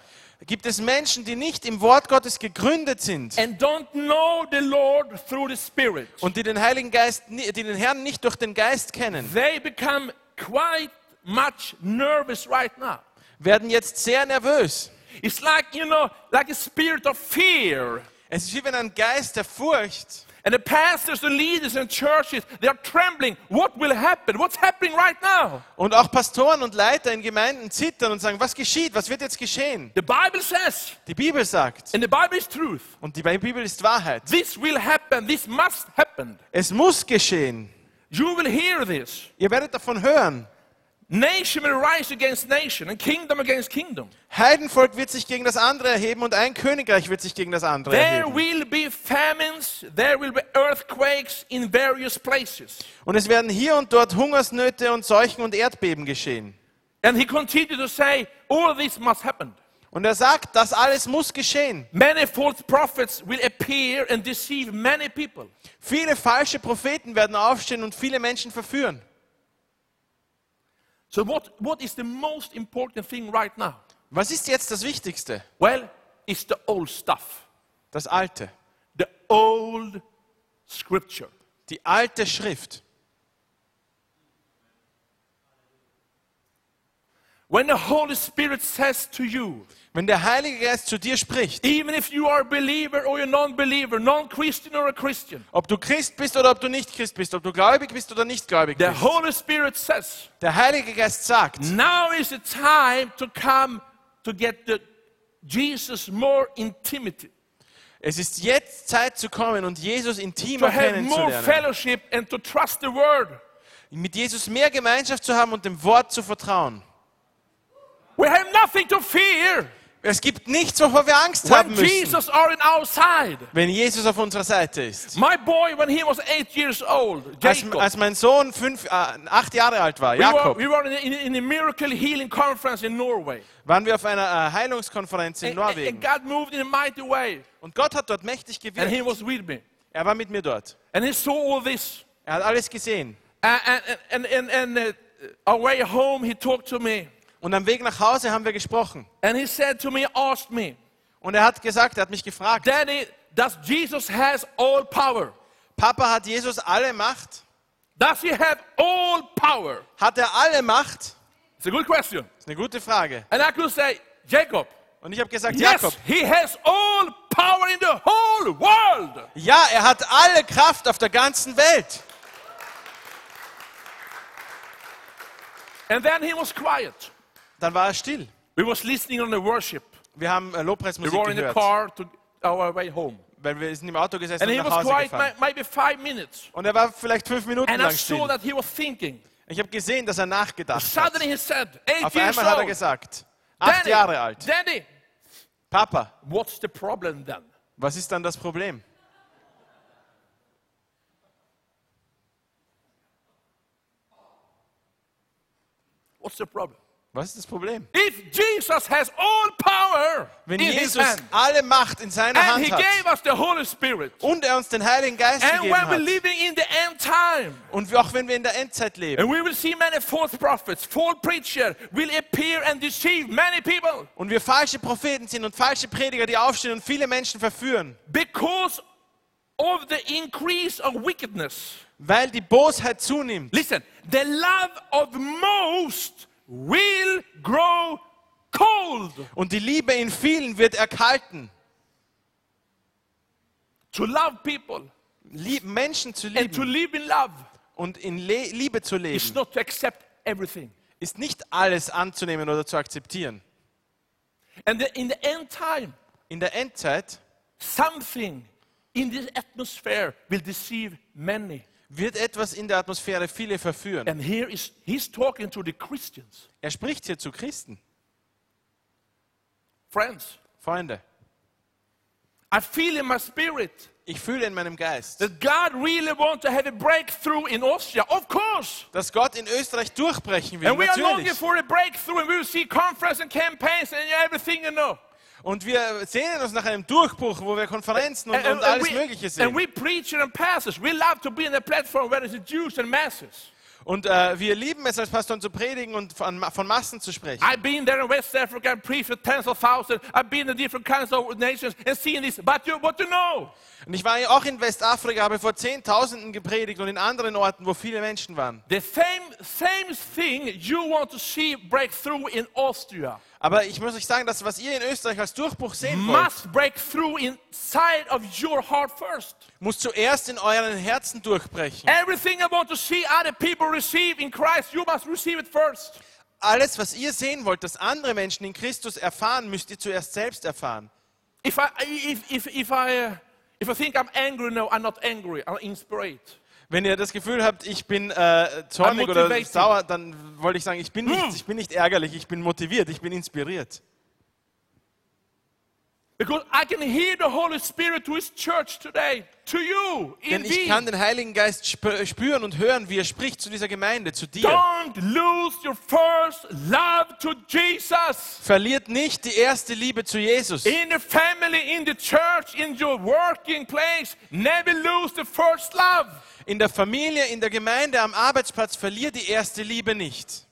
[SPEAKER 2] gibt es Menschen, die nicht im Wort Gottes gegründet sind
[SPEAKER 1] and don't know the Lord through the Spirit.
[SPEAKER 2] und die den Heiligen Geist, ni- die den Herrn nicht durch den Geist kennen,
[SPEAKER 1] They become quite much nervous right now.
[SPEAKER 2] werden jetzt sehr nervös.
[SPEAKER 1] It's like, you know, like a spirit of fear.
[SPEAKER 2] Es ist wie wenn ein Geist der Furcht
[SPEAKER 1] And the pastors, the leaders in churches, they are trembling. What will happen? What's happening right now?
[SPEAKER 2] und auch Pastoren und Leiter in Gemeinden zittern und sagen, was geschieht, was wird jetzt geschehen?
[SPEAKER 1] The Bible says,
[SPEAKER 2] Die Bibel sagt,
[SPEAKER 1] and the Bible is truth,
[SPEAKER 2] und die Bibel ist Wahrheit,
[SPEAKER 1] this will happen, this must happen.
[SPEAKER 2] es muss geschehen.
[SPEAKER 1] You will hear this.
[SPEAKER 2] Ihr werdet davon hören.
[SPEAKER 1] Nation will rise against nation and kingdom against kingdom.
[SPEAKER 2] Heidenvolk wird sich gegen das andere erheben und ein Königreich wird sich gegen das andere
[SPEAKER 1] There
[SPEAKER 2] erheben.
[SPEAKER 1] will be famines, there will be earthquakes in various places.
[SPEAKER 2] Und es werden hier und dort Hungersnöte und Seuchen und Erdbeben geschehen.
[SPEAKER 1] And he continued to say, All this must happen.
[SPEAKER 2] Und er sagt, das alles muss geschehen.
[SPEAKER 1] Many false prophets will appear and deceive many people.
[SPEAKER 2] Viele falsche Propheten werden aufstehen und viele Menschen verführen.
[SPEAKER 1] So, what, what is the most important thing right now?
[SPEAKER 2] Was ist jetzt das Wichtigste?
[SPEAKER 1] Well, it's the old stuff,
[SPEAKER 2] Das Alte.
[SPEAKER 1] the old scripture.
[SPEAKER 2] Die alte Schrift.
[SPEAKER 1] When the Holy Spirit says to you,
[SPEAKER 2] Wenn der Heilige Geist zu dir spricht,
[SPEAKER 1] even if you are a believer or a non believer, non Christian or a Christian,
[SPEAKER 2] ob du Christ bist oder ob du nicht Christ bist, ob du gläubig bist oder nicht gläubig
[SPEAKER 1] the
[SPEAKER 2] bist,
[SPEAKER 1] Holy Spirit says,
[SPEAKER 2] der Heilige Geist sagt,
[SPEAKER 1] Now is the time to come to get the Jesus more intimacy,
[SPEAKER 2] es ist jetzt Zeit zu kommen und Jesus
[SPEAKER 1] to
[SPEAKER 2] intimer
[SPEAKER 1] have more
[SPEAKER 2] kennenzulernen.
[SPEAKER 1] fellowship and to trust the word.
[SPEAKER 2] Mit Jesus mehr Gemeinschaft zu haben und dem Wort zu vertrauen.
[SPEAKER 1] We have nothing to fear.
[SPEAKER 2] Es gibt nichts, wovor wir Angst haben
[SPEAKER 1] When
[SPEAKER 2] müssen,
[SPEAKER 1] Jesus are in our side.
[SPEAKER 2] wenn Jesus auf unserer Seite ist.
[SPEAKER 1] My boy, when he was eight years old,
[SPEAKER 2] Als,
[SPEAKER 1] Jacob,
[SPEAKER 2] als mein Sohn fünf, äh, acht Jahre alt war,
[SPEAKER 1] we, were,
[SPEAKER 2] Jakob,
[SPEAKER 1] we were in, in, in a miracle healing conference in Norway.
[SPEAKER 2] waren wir auf einer äh, Heilungskonferenz
[SPEAKER 1] And,
[SPEAKER 2] in
[SPEAKER 1] and- and
[SPEAKER 2] Norwegen.
[SPEAKER 1] God moved in a mighty way.
[SPEAKER 2] Und Gott hat dort mächtig
[SPEAKER 1] And he
[SPEAKER 2] gewirkt.
[SPEAKER 1] was with me.
[SPEAKER 2] Er war mit mir dort.
[SPEAKER 1] And he saw all this.
[SPEAKER 2] Er hat alles gesehen.
[SPEAKER 1] And, and, and, and, and uh, our way home, he talked to me.
[SPEAKER 2] Und am Weg nach Hause haben wir gesprochen.
[SPEAKER 1] And he said to me, asked me,
[SPEAKER 2] Und er hat gesagt, er hat mich gefragt,
[SPEAKER 1] Daddy, does Jesus has all power?
[SPEAKER 2] Papa, hat Jesus alle Macht?
[SPEAKER 1] Does he have all power?
[SPEAKER 2] Hat er alle Macht?
[SPEAKER 1] It's a good question.
[SPEAKER 2] Das ist eine gute Frage.
[SPEAKER 1] And I could say, Jacob,
[SPEAKER 2] Und ich habe gesagt,
[SPEAKER 1] yes,
[SPEAKER 2] Jakob,
[SPEAKER 1] he has all power in the whole world.
[SPEAKER 2] ja, er hat alle Kraft auf der ganzen Welt.
[SPEAKER 1] And then he was quiet.
[SPEAKER 2] Dann war er still.
[SPEAKER 1] We was listening on the worship.
[SPEAKER 2] Wir haben äh,
[SPEAKER 1] We
[SPEAKER 2] Lobpreismusik
[SPEAKER 1] were in the
[SPEAKER 2] gehört,
[SPEAKER 1] car to our way home.
[SPEAKER 2] weil wir sind im Auto gesessen
[SPEAKER 1] And
[SPEAKER 2] und
[SPEAKER 1] he
[SPEAKER 2] nach
[SPEAKER 1] was
[SPEAKER 2] Hause
[SPEAKER 1] quiet
[SPEAKER 2] gefahren.
[SPEAKER 1] ma- maybe five minutes.
[SPEAKER 2] Und er war vielleicht fünf Minuten
[SPEAKER 1] And I
[SPEAKER 2] lang
[SPEAKER 1] saw
[SPEAKER 2] still.
[SPEAKER 1] that he was thinking.
[SPEAKER 2] Ich habe gesehen, dass er nachgedacht hat.
[SPEAKER 1] Suddenly he said, eight
[SPEAKER 2] Auf
[SPEAKER 1] years
[SPEAKER 2] einmal hat er
[SPEAKER 1] old,
[SPEAKER 2] gesagt, acht Jahre
[SPEAKER 1] Daddy,
[SPEAKER 2] alt,
[SPEAKER 1] Daddy,
[SPEAKER 2] Papa,
[SPEAKER 1] what's the problem then?
[SPEAKER 2] was ist dann das Problem?
[SPEAKER 1] What's the problem?
[SPEAKER 2] Was ist das Problem?
[SPEAKER 1] If Jesus has all power
[SPEAKER 2] Wenn
[SPEAKER 1] in his
[SPEAKER 2] Jesus
[SPEAKER 1] hand,
[SPEAKER 2] alle Macht in seiner
[SPEAKER 1] and he
[SPEAKER 2] Hand hat
[SPEAKER 1] gave us the Holy Spirit,
[SPEAKER 2] und er uns den Heiligen Geist
[SPEAKER 1] and
[SPEAKER 2] gegeben
[SPEAKER 1] when we're
[SPEAKER 2] hat
[SPEAKER 1] living in the end time,
[SPEAKER 2] und auch wenn wir in der Endzeit leben
[SPEAKER 1] and we will see many false prophets, false preachers will appear and deceive many people
[SPEAKER 2] und wir falsche Propheten sind und falsche Prediger, die aufstehen und viele Menschen verführen,
[SPEAKER 1] because of the increase of wickedness.
[SPEAKER 2] weil die Bosheit zunimmt.
[SPEAKER 1] Listen, the love of most will grow cold.
[SPEAKER 2] Und die Liebe in vielen wird erkalten.
[SPEAKER 1] To love people
[SPEAKER 2] Lieb, Menschen zu
[SPEAKER 1] and to
[SPEAKER 2] lieben
[SPEAKER 1] live in love
[SPEAKER 2] und in Le Liebe zu
[SPEAKER 1] is
[SPEAKER 2] leben
[SPEAKER 1] not to accept everything.
[SPEAKER 2] ist nicht alles anzunehmen oder zu akzeptieren.
[SPEAKER 1] And the- in the end time,
[SPEAKER 2] In der Endzeit
[SPEAKER 1] something in this atmosphere will deceive many.
[SPEAKER 2] wird etwas in der Atmosphäre viele verführen.
[SPEAKER 1] And here is he's talking to the Christians.
[SPEAKER 2] Er spricht hier zu Christen,
[SPEAKER 1] Friends,
[SPEAKER 2] Freunde.
[SPEAKER 1] I feel in my spirit
[SPEAKER 2] Ich fühle in meinem Geist,
[SPEAKER 1] that God really wants to have a breakthrough in Austria. Of course.
[SPEAKER 2] dass Gott in Österreich durchbrechen will.
[SPEAKER 1] And we are looking
[SPEAKER 2] Natürlich.
[SPEAKER 1] for a breakthrough and we will see conference and campaigns and everything you know.
[SPEAKER 2] Und wir sehnen uns nach einem Durchbruch, wo wir Konferenzen und,
[SPEAKER 1] And, and
[SPEAKER 2] und alles
[SPEAKER 1] Äh, we,
[SPEAKER 2] Mögliche
[SPEAKER 1] and
[SPEAKER 2] sehen.
[SPEAKER 1] we preachers and pastors, we love to be in a platform where there's Jews and masses.
[SPEAKER 2] Und äh, wir lieben es, als Pastoren zu predigen und von, von Massen zu sprechen.
[SPEAKER 1] I've been there in West Africa and preached for tens of thousands. I've been in different kinds of nations and seen this. But you, what you know?
[SPEAKER 2] Und ich war ja auch in Westafrika, habe vor Zehntausenden gepredigt und in anderen Orten, wo viele Menschen waren.
[SPEAKER 1] The same, same thing you want to see breakthrough in Austria
[SPEAKER 2] Aber ich muss euch sagen, das, was ihr in Österreich als Durchbruch sehen wollt,
[SPEAKER 1] must break through inside of your heart first.
[SPEAKER 2] muss zuerst in euren Herzen
[SPEAKER 1] Äh.
[SPEAKER 2] durchbrechen.
[SPEAKER 1] Everything I want to see other people receive in Christ, you must receive it first.
[SPEAKER 2] Alles, was ihr sehen wollt, dass andere Menschen in Christus erfahren, müsst ihr zuerst selbst erfahren.
[SPEAKER 1] If I, if, if, if I, uh, if I think I'm angry, no, I'm not angry. I'm inspired.
[SPEAKER 2] Wenn ihr das Gefühl habt, ich bin äh, zornig
[SPEAKER 1] I'm
[SPEAKER 2] oder
[SPEAKER 1] motivated.
[SPEAKER 2] sauer, dann wollte ich sagen, ich bin,
[SPEAKER 1] Hm.
[SPEAKER 2] nicht, ich bin nicht ärgerlich, ich bin motiviert, ich bin inspiriert.
[SPEAKER 1] Because I can hear the Holy Spirit to His church today, to you, in
[SPEAKER 2] Denn ich
[SPEAKER 1] me.
[SPEAKER 2] kann den Heiligen Geist spü- spüren und hören, wie er spricht zu dieser Gemeinde, zu dir.
[SPEAKER 1] Don't lose your first love to Jesus.
[SPEAKER 2] Verliert nicht die erste Liebe zu Jesus.
[SPEAKER 1] In the family, in the church, in your working place, never lose the first love.
[SPEAKER 2] In der Familie, in der Gemeinde, am Arbeitsplatz verliert die erste Liebe nicht.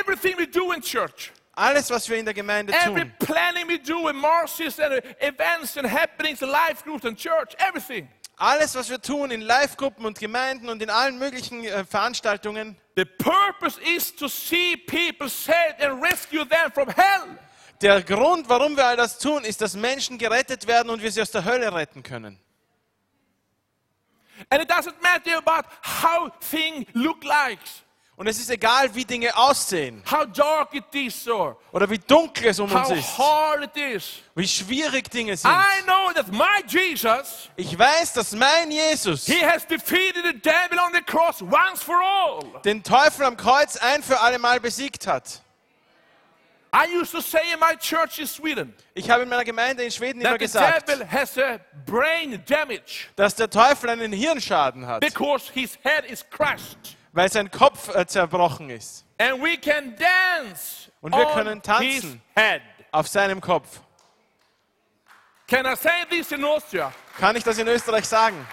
[SPEAKER 1] Everything we do in church,
[SPEAKER 2] Alles, was wir in der Gemeinde
[SPEAKER 1] every
[SPEAKER 2] tun,
[SPEAKER 1] planning we do in marches and uh, events and happenings, life groups and church, everything.
[SPEAKER 2] alles, was wir tun in Live-Gruppen und Gemeinden und in allen möglichen äh, Veranstaltungen,
[SPEAKER 1] The purpose is to see people saved and rescue them from hell.
[SPEAKER 2] der Grund, warum wir all das tun, ist, dass Menschen gerettet werden und wir sie aus der Hölle retten können.
[SPEAKER 1] And it doesn't matter about how things look like,
[SPEAKER 2] Und es ist egal, wie Dinge aussehen
[SPEAKER 1] how dark it is or
[SPEAKER 2] oder wie dunkel es um uns
[SPEAKER 1] how
[SPEAKER 2] ist,
[SPEAKER 1] hard it is.
[SPEAKER 2] wie schwierig Dinge sind.
[SPEAKER 1] I know that my Jesus
[SPEAKER 2] Ich weiß, dass mein Jesus
[SPEAKER 1] He has defeated the devil on the cross once for all.
[SPEAKER 2] den Teufel am Kreuz ein für alle Mal besiegt hat.
[SPEAKER 1] I used to say in my church in Sweden
[SPEAKER 2] Ich habe in meiner Gemeinde in Schweden immer
[SPEAKER 1] that the
[SPEAKER 2] gesagt,
[SPEAKER 1] devil has a brain damage
[SPEAKER 2] dass der Teufel einen Hirnschaden hat,
[SPEAKER 1] because his head is crushed.
[SPEAKER 2] weil sein Kopf äh, zerbrochen ist.
[SPEAKER 1] And we can dance
[SPEAKER 2] Und wir
[SPEAKER 1] on
[SPEAKER 2] können tanzen.
[SPEAKER 1] his head.
[SPEAKER 2] Auf seinem Kopf.
[SPEAKER 1] Can I say this in Austria?
[SPEAKER 2] Kann ich das in Österreich sagen?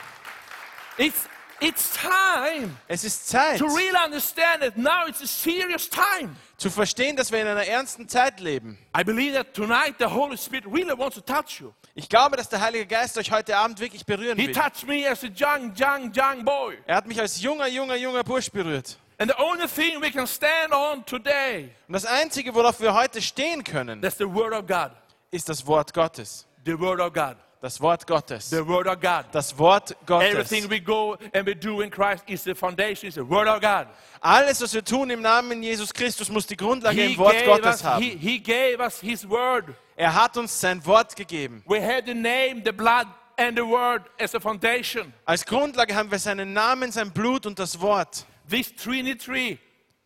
[SPEAKER 1] It's, it's time
[SPEAKER 2] Es ist Zeit,
[SPEAKER 1] to really understand that now it's a serious time.
[SPEAKER 2] zu verstehen, dass wir in einer ernsten Zeit leben.
[SPEAKER 1] I believe that tonight the Holy Spirit really wants to touch you.
[SPEAKER 2] Ich glaube, dass der Heilige Geist euch heute Abend wirklich berühren
[SPEAKER 1] He
[SPEAKER 2] will.
[SPEAKER 1] touched me as a young, young, young boy.
[SPEAKER 2] Er hat mich als junger, junger, junger Bursch berührt.
[SPEAKER 1] And the only thing we can stand on today,
[SPEAKER 2] Und das Einzige, worauf wir heute stehen können,
[SPEAKER 1] that's the Word of God.
[SPEAKER 2] ist das Wort Gottes.
[SPEAKER 1] The Word of God.
[SPEAKER 2] Das Wort Gottes.
[SPEAKER 1] The Word of God.
[SPEAKER 2] Das Wort Gottes.
[SPEAKER 1] Everything we go and we do in Christ is the foundation, is the Word of God.
[SPEAKER 2] Alles, was wir tun im Namen Jesus Christus, muss die Grundlage
[SPEAKER 1] He
[SPEAKER 2] im Wort
[SPEAKER 1] gave,
[SPEAKER 2] Gottes
[SPEAKER 1] us,
[SPEAKER 2] haben.
[SPEAKER 1] he, he gave us His Word.
[SPEAKER 2] Er hat uns sein Wort gegeben.
[SPEAKER 1] We had the name, the blood, and the Word as a foundation.
[SPEAKER 2] Als Grundlage haben wir seinen Namen, sein Blut und das Wort.
[SPEAKER 1] This Trinity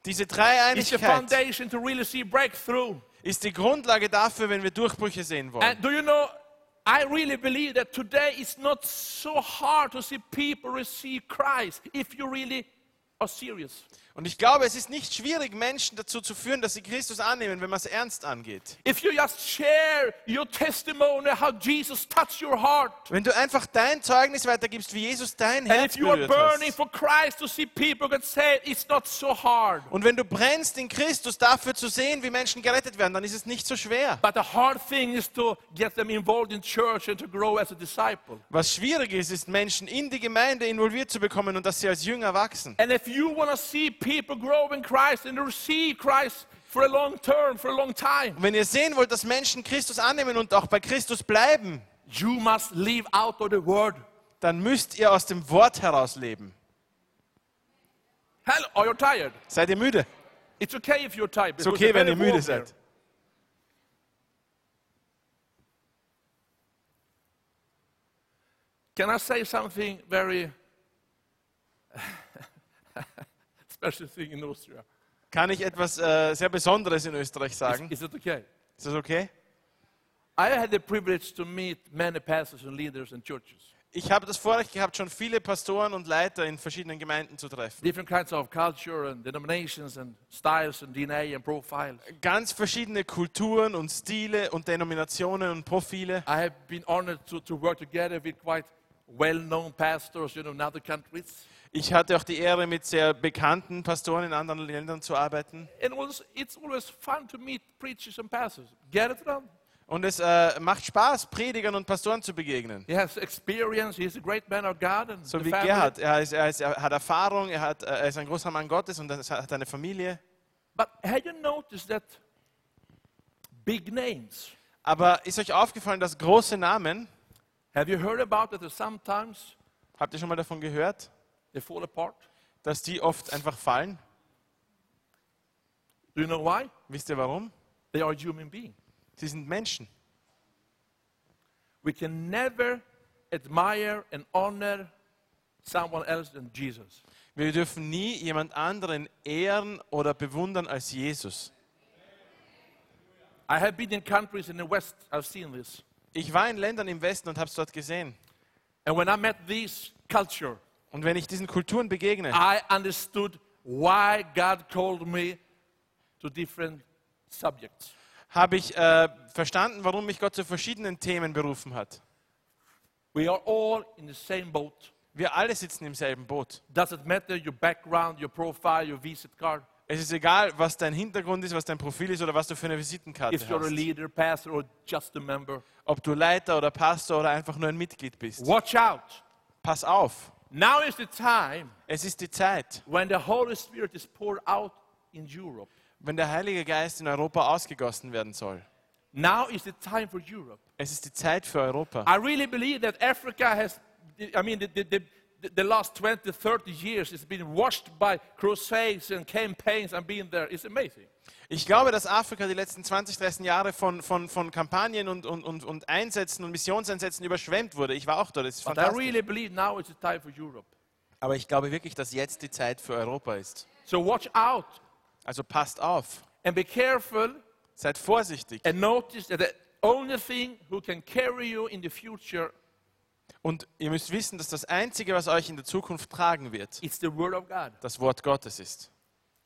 [SPEAKER 2] Diese
[SPEAKER 1] is the
[SPEAKER 2] Dreieinigkeit
[SPEAKER 1] foundation to really see breakthrough.
[SPEAKER 2] ist die Grundlage dafür, wenn wir Durchbrüche sehen wollen.
[SPEAKER 1] And do you know, I really believe that today it's not so hard to see people receive Christ if you really are serious.
[SPEAKER 2] Und ich glaube, es ist nicht schwierig, Menschen dazu zu führen, dass sie Christus annehmen, wenn man es ernst angeht.
[SPEAKER 1] If you just share your testimony, how Jesus touched your heart.
[SPEAKER 2] Wenn du einfach dein Zeugnis weitergibst, wie Jesus dein
[SPEAKER 1] And
[SPEAKER 2] Herz
[SPEAKER 1] if you are
[SPEAKER 2] berührt
[SPEAKER 1] burning
[SPEAKER 2] hast.
[SPEAKER 1] for Christ to see people get saved, it's not so hard.
[SPEAKER 2] Und wenn du brennst in Christus dafür zu sehen, wie Menschen gerettet werden, dann ist es nicht so schwer.
[SPEAKER 1] But the hard thing is to get them involved in church and to grow as a disciple.
[SPEAKER 2] Was schwierig ist, ist Menschen in die Gemeinde involviert zu bekommen und dass sie als Jünger wachsen.
[SPEAKER 1] And if you want to see people grow in Christ and receive Christ for a long term, for a long time,
[SPEAKER 2] Und wenn ihr sehen wollt, dass Menschen Christus annehmen und auch bei Christus bleiben,
[SPEAKER 1] you must live out of the word.
[SPEAKER 2] dann müsst ihr aus dem Wort heraus leben.
[SPEAKER 1] Hello, are you tired?
[SPEAKER 2] Seid ihr müde?
[SPEAKER 1] It's okay if you're tired.
[SPEAKER 2] Ist okay, wenn ihr müde seid.
[SPEAKER 1] Can I say something very special thing in Austria?
[SPEAKER 2] Kann ich etwas äh, sehr Besonderes in Österreich
[SPEAKER 1] Is,
[SPEAKER 2] sagen?
[SPEAKER 1] is it okay?
[SPEAKER 2] Ist das okay?
[SPEAKER 1] I had the privilege to meet many pastors and leaders and churches,
[SPEAKER 2] Ich habe das Vorrecht gehabt, schon viele Pastoren und Leiter in verschiedenen Gemeinden zu treffen.
[SPEAKER 1] different kinds of culture and denominations and styles and DNA and profiles.
[SPEAKER 2] Ganz verschiedene Kulturen und Stile und Denominationen und Profile.
[SPEAKER 1] I have been honored to, to work together with quite well-known pastors, you know, in other countries.
[SPEAKER 2] Ich hatte auch die Ehre, mit sehr bekannten Pastoren in anderen Ländern zu arbeiten.
[SPEAKER 1] And it was, it's always fun to meet preachers and pastors. Get it wrong?
[SPEAKER 2] Und es äh, macht Spaß, Predigern und Pastoren zu begegnen.
[SPEAKER 1] He has experience. He's a great man of God. And
[SPEAKER 2] So
[SPEAKER 1] the
[SPEAKER 2] wie
[SPEAKER 1] family.
[SPEAKER 2] Gerhard. Er, ist, er, ist, er hat Erfahrung, er, hat, äh, er ist ein großer Mann Gottes und er hat eine Familie.
[SPEAKER 1] But have you noticed that big names?
[SPEAKER 2] Aber ist euch aufgefallen, dass große Namen,
[SPEAKER 1] Have you heard about that sometimes
[SPEAKER 2] habt ihr schon mal davon gehört,
[SPEAKER 1] they fall apart?
[SPEAKER 2] dass die oft einfach fallen?
[SPEAKER 1] Do you know why?
[SPEAKER 2] Wisst ihr warum?
[SPEAKER 1] They are human beings.
[SPEAKER 2] Sie sind Menschen.
[SPEAKER 1] We can never admire and honor someone else than Jesus.
[SPEAKER 2] Wir dürfen nie jemand anderen ehren oder bewundern als Jesus.
[SPEAKER 1] I have been in countries in the West, I've seen this.
[SPEAKER 2] Ich war in Ländern im Westen und habe es dort gesehen.
[SPEAKER 1] And when I met this culture,
[SPEAKER 2] Und wenn ich diesen Kulturen begegne,
[SPEAKER 1] I understood why God called me to different subjects.
[SPEAKER 2] habe ich äh, verstanden, warum mich Gott zu verschiedenen Themen berufen hat.
[SPEAKER 1] We are all in the same boat.
[SPEAKER 2] Wir alle sitzen im selben Boot.
[SPEAKER 1] Doesn't matter your background, your profile, your visit card.
[SPEAKER 2] Es ist egal, was dein Hintergrund ist, was dein Profil ist oder was du für eine
[SPEAKER 1] If
[SPEAKER 2] Visitenkarte
[SPEAKER 1] you're a
[SPEAKER 2] hast.
[SPEAKER 1] leader, pastor, or just a member,
[SPEAKER 2] Ob du Leiter oder Pastor oder einfach nur ein Mitglied bist.
[SPEAKER 1] watch out.
[SPEAKER 2] Pass auf.
[SPEAKER 1] Now is the time
[SPEAKER 2] Es ist die Zeit,
[SPEAKER 1] when the Holy Spirit is poured out in Europe.
[SPEAKER 2] wenn der Heilige Geist in Europa ausgegossen werden soll.
[SPEAKER 1] Now is the time for Europe.
[SPEAKER 2] Es ist die Zeit für Europa.
[SPEAKER 1] I really believe that Africa has, I mean, the, the, the, the last 20, 30 years has been washed by crusades and campaigns and being there. It's amazing.
[SPEAKER 2] Ich glaube, dass Afrika die letzten 20, 30 Jahre von, von, von Kampagnen und, und, und, und Einsätzen und Missionseinsätzen überschwemmt wurde. Ich war auch dort, es ist
[SPEAKER 1] But I
[SPEAKER 2] fantastisch.
[SPEAKER 1] really believe now is the time for Europe.
[SPEAKER 2] Aber ich glaube wirklich, dass jetzt die Zeit für Europa ist.
[SPEAKER 1] So watch out
[SPEAKER 2] Also passt auf
[SPEAKER 1] and be careful
[SPEAKER 2] Seid vorsichtig.
[SPEAKER 1] And notice that the only thing who can carry you in the future
[SPEAKER 2] Und ihr müsst wissen, dass das Einzige, was euch in der Zukunft tragen wird,
[SPEAKER 1] is the Word of God.
[SPEAKER 2] das Wort Gottes ist.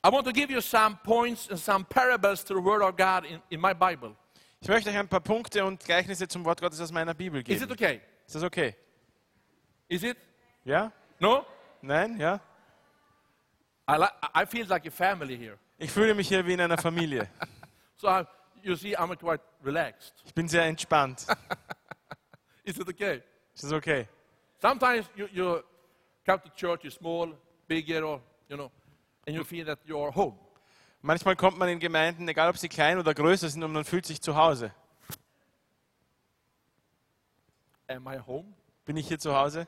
[SPEAKER 1] I want to give you some points and some parables to the Word of God in, in my Bible.
[SPEAKER 2] Ich möchte euch ein paar Punkte und Gleichnisse zum Wort Gottes aus meiner Bibel
[SPEAKER 1] Is it
[SPEAKER 2] geben.
[SPEAKER 1] okay?
[SPEAKER 2] Ist das okay?
[SPEAKER 1] Is it?
[SPEAKER 2] Ja?
[SPEAKER 1] No?
[SPEAKER 2] Nein? Ja?
[SPEAKER 1] I, li- I feel like a family here.
[SPEAKER 2] Ich fühle mich hier wie in einer Familie.
[SPEAKER 1] So I, you see, I'm quite relaxed.
[SPEAKER 2] Ich bin sehr entspannt.
[SPEAKER 1] Is it okay?
[SPEAKER 2] Ist das okay?
[SPEAKER 1] Sometimes you, you come to church, you're small, bigger, or, you know, and you feel that you're home.
[SPEAKER 2] Manchmal kommt man in Gemeinden, egal ob sie klein oder größer sind, und man fühlt sich zu Hause.
[SPEAKER 1] Am I home?
[SPEAKER 2] Bin ich hier zu Hause?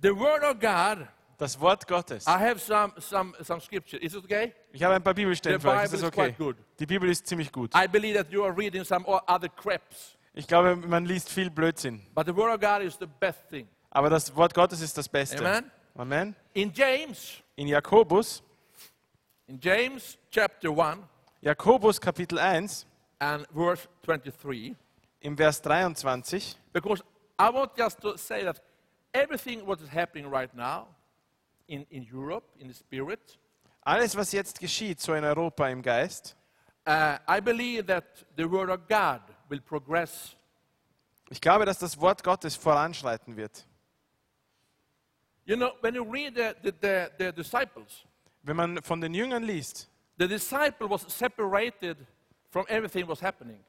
[SPEAKER 1] The Word of God,
[SPEAKER 2] Das Wort Gottes.
[SPEAKER 1] I have some, some, some scripture. Is it okay?
[SPEAKER 2] Ich habe ein paar Bibelstellen
[SPEAKER 1] The
[SPEAKER 2] für euch. Ist
[SPEAKER 1] Bible
[SPEAKER 2] das
[SPEAKER 1] is quite
[SPEAKER 2] okay?
[SPEAKER 1] good.
[SPEAKER 2] Die Bibel ist ziemlich gut.
[SPEAKER 1] I believe that you are reading some o- other craps,
[SPEAKER 2] Ich glaube, man liest viel Blödsinn.
[SPEAKER 1] but the Word of God is the best thing.
[SPEAKER 2] Aber das Wort Gottes ist das Beste.
[SPEAKER 1] Amen.
[SPEAKER 2] Amen.
[SPEAKER 1] In James,
[SPEAKER 2] In Jakobus,
[SPEAKER 1] in James chapter 1
[SPEAKER 2] Jakobus Kapitel 1,
[SPEAKER 1] and verse 23,
[SPEAKER 2] im Vers 23,
[SPEAKER 1] because I want just to say that everything what is happening right now in, in Europe, in the spirit,
[SPEAKER 2] alles, was jetzt geschieht, so in Europa im Geist,
[SPEAKER 1] Uh, I believe that the Word of God will progress.
[SPEAKER 2] ich glaube, dass das Wort Gottes voranschreiten wird.
[SPEAKER 1] You know, when you read the, the, the, the disciples,
[SPEAKER 2] Wenn man von den Jüngern liest,
[SPEAKER 1] the disciple was separated from everything was happening.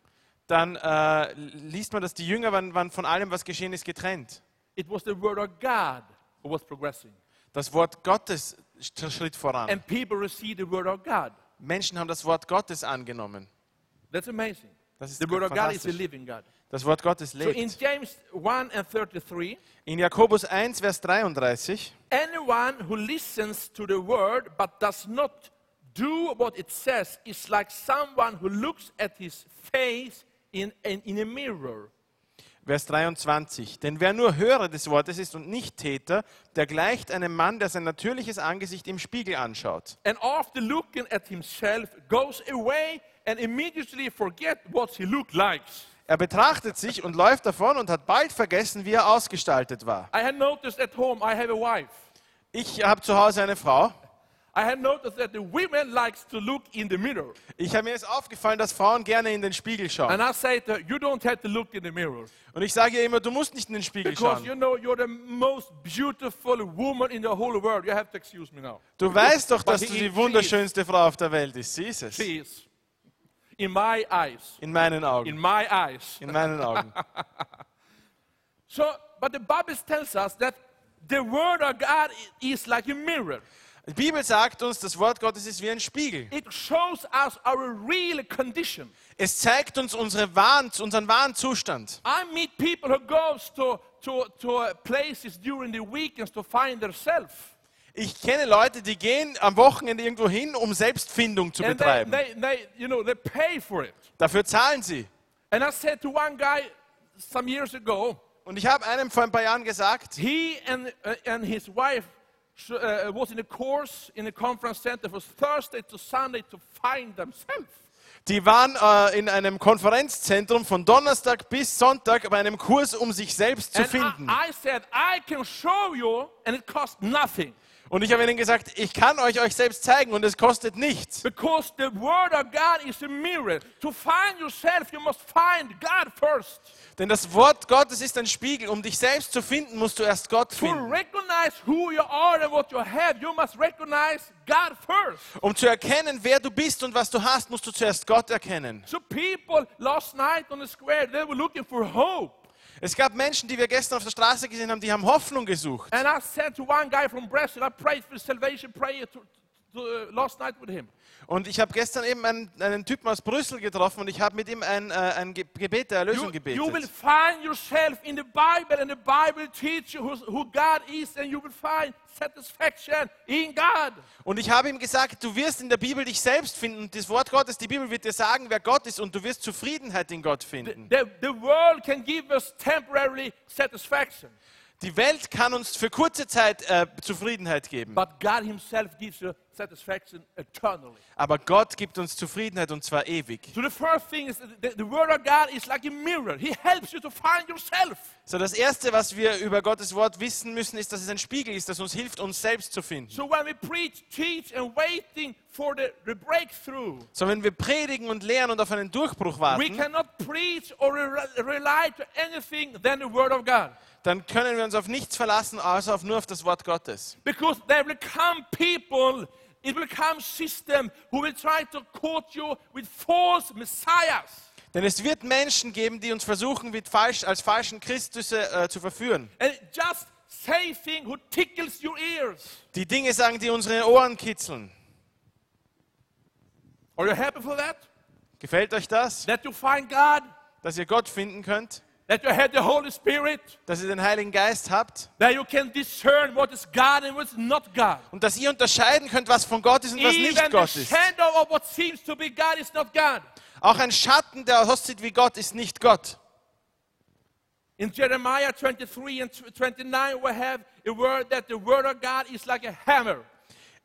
[SPEAKER 2] dann äh, liest man, dass die Jünger waren, waren von allem, was geschehen ist, getrennt.
[SPEAKER 1] It was the Word of God who was progressing.
[SPEAKER 2] Das Wort Gottes sch- schritt voran.
[SPEAKER 1] And people received the Word of God.
[SPEAKER 2] Menschen haben das Wort Gottes angenommen.
[SPEAKER 1] That's amazing.
[SPEAKER 2] Das ist
[SPEAKER 1] The Word of God is the
[SPEAKER 2] fantastisch.
[SPEAKER 1] living God.
[SPEAKER 2] Das Wort Gottes
[SPEAKER 1] So in
[SPEAKER 2] lebt.
[SPEAKER 1] James 1 and 33,
[SPEAKER 2] In Jakobus 1, Vers 33,
[SPEAKER 1] anyone who listens to the Word but does not do what it says is like someone who looks at his face in, in, in a mirror.
[SPEAKER 2] Vers 23. Denn wer nur Hörer des Wortes ist und nicht Täter, der gleicht einem Mann, der sein natürliches Angesicht im Spiegel anschaut.
[SPEAKER 1] and after looking at himself goes away and immediately forget what he looked like.
[SPEAKER 2] Er betrachtet sich und läuft davon und hat bald vergessen, wie er ausgestaltet war.
[SPEAKER 1] I had noticed at home I have a wife.
[SPEAKER 2] Ich habe zu Hause eine Frau.
[SPEAKER 1] I had noticed that the women likes to look in the mirror.
[SPEAKER 2] Ich habe mir ist aufgefallen, dass Frauen gerne in den Spiegel schauen.
[SPEAKER 1] And I say to her, you don't have to look in the mirror.
[SPEAKER 2] Und ich sage ihr immer, du musst nicht in den Spiegel
[SPEAKER 1] Because
[SPEAKER 2] schauen.
[SPEAKER 1] you know you're the most beautiful woman in the whole world. You have to excuse me now.
[SPEAKER 2] Du weißt doch,
[SPEAKER 1] But
[SPEAKER 2] dass
[SPEAKER 1] he-
[SPEAKER 2] du die
[SPEAKER 1] she is-
[SPEAKER 2] wunderschönste Frau auf der Welt ist. Sie ist es.
[SPEAKER 1] She is. In my eyes.
[SPEAKER 2] In meinen
[SPEAKER 1] In
[SPEAKER 2] Augen.
[SPEAKER 1] my eyes.
[SPEAKER 2] In meinen Augen.
[SPEAKER 1] So, but the Bible tells us that the word of God i- is like a mirror.
[SPEAKER 2] Die Bibel sagt uns, das Wort Gottes ist wie ein Spiegel.
[SPEAKER 1] It shows us our real condition.
[SPEAKER 2] Es zeigt uns unsere wahren, unseren wahren Zustand.
[SPEAKER 1] I meet people who goes to, to, to uh, places during the weekends to find themselves.
[SPEAKER 2] Ich kenne Leute, die gehen am Wochenende irgendwo hin, um Selbstfindung zu
[SPEAKER 1] And they,
[SPEAKER 2] betreiben.
[SPEAKER 1] they, they, you know, they pay for it.
[SPEAKER 2] Dafür zahlen sie.
[SPEAKER 1] And I said to one guy some years ago,
[SPEAKER 2] Und ich habe einem vor ein paar Jahren gesagt,
[SPEAKER 1] he and, uh, and his wife sh- uh, was in a course in a conference center from Thursday to Sunday to find themselves.
[SPEAKER 2] die waren äh, in einem Konferenzzentrum von Donnerstag bis Sonntag bei einem Kurs, um sich selbst zu
[SPEAKER 1] And
[SPEAKER 2] finden.
[SPEAKER 1] I, I said, I can show you, and it costs nothing.
[SPEAKER 2] Und ich habe ihnen gesagt, ich kann euch euch selbst zeigen und es kostet nichts.
[SPEAKER 1] Because the Word of God is a mirror. To find yourself, you must find God first.
[SPEAKER 2] Denn das Wort Gottes ist ein Spiegel. Um dich selbst zu finden, musst du erst Gott
[SPEAKER 1] To
[SPEAKER 2] finden.
[SPEAKER 1] recognize who you are and what you have, you must recognize God first.
[SPEAKER 2] Um zu erkennen, wer du bist und was du hast, musst du zuerst Gott erkennen.
[SPEAKER 1] So, people last night on the square, they were looking for hope.
[SPEAKER 2] Es gab Menschen, die wir gestern auf der Straße gesehen haben, die haben Hoffnung gesucht.
[SPEAKER 1] And I said to one guy from Brazil, I prayed for salvation prayer to, to, uh, last night with him.
[SPEAKER 2] Und ich habe gestern eben einen, einen Typen aus Brüssel getroffen und ich habe mit ihm ein, äh, ein Ge- Gebet der Erlösung
[SPEAKER 1] You, you will
[SPEAKER 2] gebetet.
[SPEAKER 1] find yourself in the Bible, and the Bible teaches you who, who God is, and you will find satisfaction in God.
[SPEAKER 2] Und ich habe ihm gesagt, du wirst in der Bibel dich selbst finden. Und das Wort Gottes, die Bibel wird dir sagen, wer Gott ist und du wirst Zufriedenheit in Gott finden.
[SPEAKER 1] The, the world can give us temporary satisfaction,
[SPEAKER 2] Die Welt kann uns für kurze Zeit äh, Zufriedenheit geben.
[SPEAKER 1] but God Himself gives you satisfaction eternally.
[SPEAKER 2] Aber Gott gibt uns Zufriedenheit und zwar ewig.
[SPEAKER 1] So the first thing is that the, the Word of God is like a mirror. He helps you to find yourself.
[SPEAKER 2] So, das Erste, was wir über Gottes Wort wissen müssen, ist, dass es ein Spiegel ist, das uns hilft, uns selbst zu finden.
[SPEAKER 1] So when we preach, teach, and waiting for the, the breakthrough,
[SPEAKER 2] So, wenn wir predigen und lehren und auf einen Durchbruch
[SPEAKER 1] we
[SPEAKER 2] warten,
[SPEAKER 1] cannot preach or re- rely to anything than the Word of God.
[SPEAKER 2] dann können wir uns auf nichts verlassen, außer auf nur auf das Wort Gottes.
[SPEAKER 1] Because there will come people, it will come system who will try to court you with false messiahs.
[SPEAKER 2] Denn es wird Menschen geben, die uns versuchen, mit falsch, als falschen Christusse äh, zu verführen.
[SPEAKER 1] And just say things who tickles your ears.
[SPEAKER 2] Die Dinge sagen, die unsere Ohren kitzeln.
[SPEAKER 1] Are you happy for that?
[SPEAKER 2] Gefällt euch das,
[SPEAKER 1] That you find God,
[SPEAKER 2] dass ihr Gott finden könnt,
[SPEAKER 1] that you have the Holy Spirit,
[SPEAKER 2] dass ihr den Heiligen Geist habt
[SPEAKER 1] that you can discern what is God and what is not God.
[SPEAKER 2] und dass ihr unterscheiden könnt, was von Gott ist und was
[SPEAKER 1] Even
[SPEAKER 2] nicht
[SPEAKER 1] the
[SPEAKER 2] Gott ist?
[SPEAKER 1] shadow of what seems to be God is not God.
[SPEAKER 2] Auch ein Schatten, der aussieht wie Gott, ist nicht Gott.
[SPEAKER 1] In Jeremiah 23 and 29, we have a word that the word of God is like a hammer.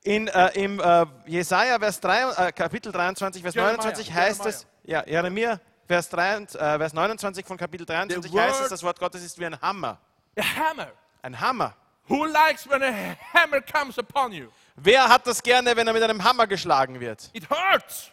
[SPEAKER 2] In, äh, Im äh, Jesaja Vers 3, äh, Kapitel 23, Vers
[SPEAKER 1] Jeremiah,
[SPEAKER 2] 29 heißt es, ja, Jeremia, Vers, 3, und, äh, Vers 29 von Kapitel 23
[SPEAKER 1] The
[SPEAKER 2] heißt
[SPEAKER 1] word-
[SPEAKER 2] es, das Wort Gottes ist wie ein Hammer.
[SPEAKER 1] A hammer.
[SPEAKER 2] Ein Hammer.
[SPEAKER 1] Who likes when a hammer comes upon you?
[SPEAKER 2] Wer hat das gerne, wenn er mit einem Hammer geschlagen wird?
[SPEAKER 1] It hurts.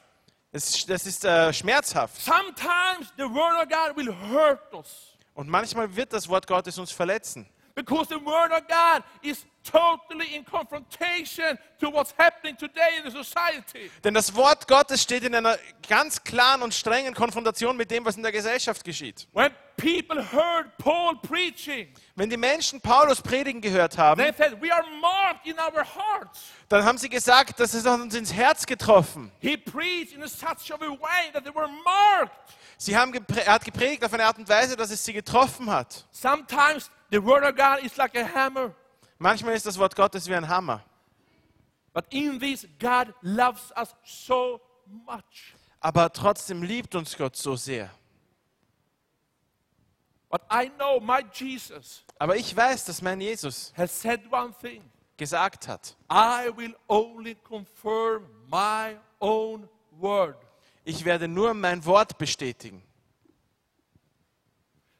[SPEAKER 2] Es, das ist äh, schmerzhaft.
[SPEAKER 1] Sometimes the word of God will hurt us
[SPEAKER 2] Und manchmal wird das Wort Gottes uns verletzen.
[SPEAKER 1] because the word of God is totally in confrontation to what's happening today in the society.
[SPEAKER 2] Denn das Wort Gottes steht in einer ganz klaren und strengen Konfrontation mit dem, was in der Gesellschaft geschieht.
[SPEAKER 1] When people heard Paul preaching,
[SPEAKER 2] Wenn die Menschen Paulus predigen gehört haben,
[SPEAKER 1] they said, We are marked in our hearts.
[SPEAKER 2] dann haben sie gesagt, das hat uns ins Herz getroffen.
[SPEAKER 1] He preached in such a way that they were marked.
[SPEAKER 2] Sie haben geprä er hat gepredigt auf eine Art und Weise, dass es sie getroffen hat.
[SPEAKER 1] Sometimes the word of God is like a hammer,
[SPEAKER 2] Manchmal ist das Wort Gottes wie ein Hammer.
[SPEAKER 1] but in this, God loves us so much.
[SPEAKER 2] Aber trotzdem liebt uns Gott so sehr.
[SPEAKER 1] But I know my Jesus
[SPEAKER 2] Aber ich weiß, dass mein Jesus
[SPEAKER 1] has said one thing
[SPEAKER 2] gesagt hat,
[SPEAKER 1] I will only confirm my own word.
[SPEAKER 2] ich werde nur mein Wort bestätigen.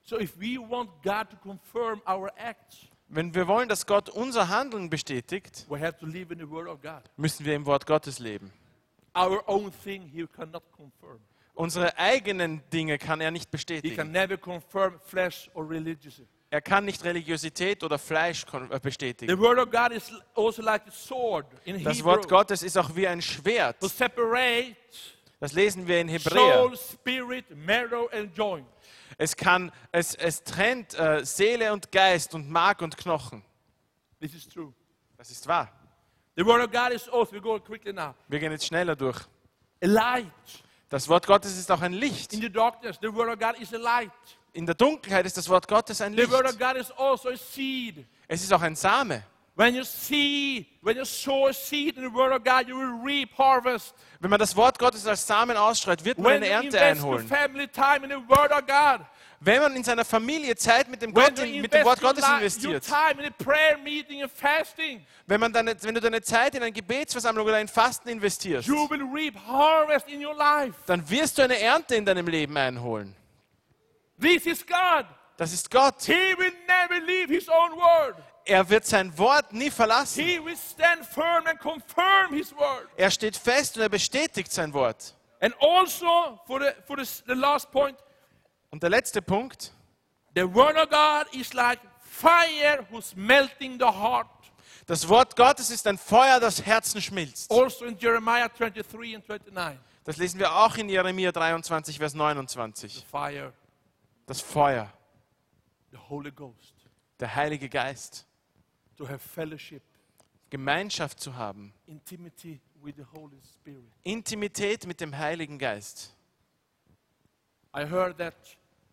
[SPEAKER 1] So if we want God to confirm our acts,
[SPEAKER 2] Wenn wir wollen, dass Gott unser Handeln bestätigt,
[SPEAKER 1] we have to live in the word of God.
[SPEAKER 2] müssen wir im Wort Gottes leben.
[SPEAKER 1] Our own thing He cannot confirm.
[SPEAKER 2] Unsere eigenen Dinge kann er
[SPEAKER 1] He
[SPEAKER 2] nicht
[SPEAKER 1] can
[SPEAKER 2] bestätigen.
[SPEAKER 1] never confirm flesh or religion.
[SPEAKER 2] Er kann nicht Religiosität oder Fleisch kon- äh,
[SPEAKER 1] The
[SPEAKER 2] bestätigen.
[SPEAKER 1] word of God is also like a sword in
[SPEAKER 2] Das
[SPEAKER 1] Hebrew
[SPEAKER 2] Wort Gottes ist auch wie ein Schwert.
[SPEAKER 1] to separate
[SPEAKER 2] Das lesen wir in Hebräer.
[SPEAKER 1] soul, spirit, marrow, and joint.
[SPEAKER 2] Es, kann, es, es trennt äh, Seele und Geist und Mark und Knochen.
[SPEAKER 1] This is true.
[SPEAKER 2] Das ist wahr.
[SPEAKER 1] The word of God is also, we go quickly now,
[SPEAKER 2] Wir gehen jetzt schneller durch.
[SPEAKER 1] a light.
[SPEAKER 2] Das Wort Gottes ist auch ein
[SPEAKER 1] In
[SPEAKER 2] Licht.
[SPEAKER 1] the darkness, the word of God is a light.
[SPEAKER 2] In der Dunkelheit ist das Wort Gottes ein
[SPEAKER 1] The word of
[SPEAKER 2] Licht.
[SPEAKER 1] God is also a seed.
[SPEAKER 2] Es ist auch ein Same.
[SPEAKER 1] When you see, when you sow a seed in the word of God, you will reap harvest.
[SPEAKER 2] Wenn man das Wort Gottes als Samen ausstreut, wird man
[SPEAKER 1] When
[SPEAKER 2] eine
[SPEAKER 1] you
[SPEAKER 2] Ernte
[SPEAKER 1] invest your
[SPEAKER 2] einholen.
[SPEAKER 1] family time in the word of God,
[SPEAKER 2] Wenn man in seiner Familie Zeit mit dem,
[SPEAKER 1] when
[SPEAKER 2] Gott,
[SPEAKER 1] you
[SPEAKER 2] mit dem Wort
[SPEAKER 1] invest your,
[SPEAKER 2] Gottes
[SPEAKER 1] li- your
[SPEAKER 2] investiert,
[SPEAKER 1] time in a prayer meeting and fasting,
[SPEAKER 2] wenn, man deine, wenn du deine Zeit in eine Gebetsversammlung oder in Fasten investierst,
[SPEAKER 1] you will reap harvest in your life.
[SPEAKER 2] dann wirst du eine Ernte in deinem Leben einholen.
[SPEAKER 1] This is God.
[SPEAKER 2] Das ist Gott.
[SPEAKER 1] He will never leave his own word.
[SPEAKER 2] Er wird sein Wort nie verlassen.
[SPEAKER 1] He will stand firm and confirm his word.
[SPEAKER 2] Er steht fest und er bestätigt sein Wort.
[SPEAKER 1] And also, for the, for the, s- the last point,
[SPEAKER 2] Und der letzte Punkt.
[SPEAKER 1] the word of God is like fire who's melting the heart.
[SPEAKER 2] Das Wort Gottes ist ein Feuer, das Herzen schmilzt.
[SPEAKER 1] Also in Jeremiah 23 and 29.
[SPEAKER 2] Das lesen wir auch in Jeremia 23, Vers 29.
[SPEAKER 1] Fire,
[SPEAKER 2] Das Feuer,
[SPEAKER 1] the Holy Ghost,
[SPEAKER 2] der Heilige Geist,
[SPEAKER 1] to have fellowship,
[SPEAKER 2] Gemeinschaft zu haben,
[SPEAKER 1] intimacy with the Holy Spirit.
[SPEAKER 2] Intimität mit dem Heiligen Geist.
[SPEAKER 1] I heard that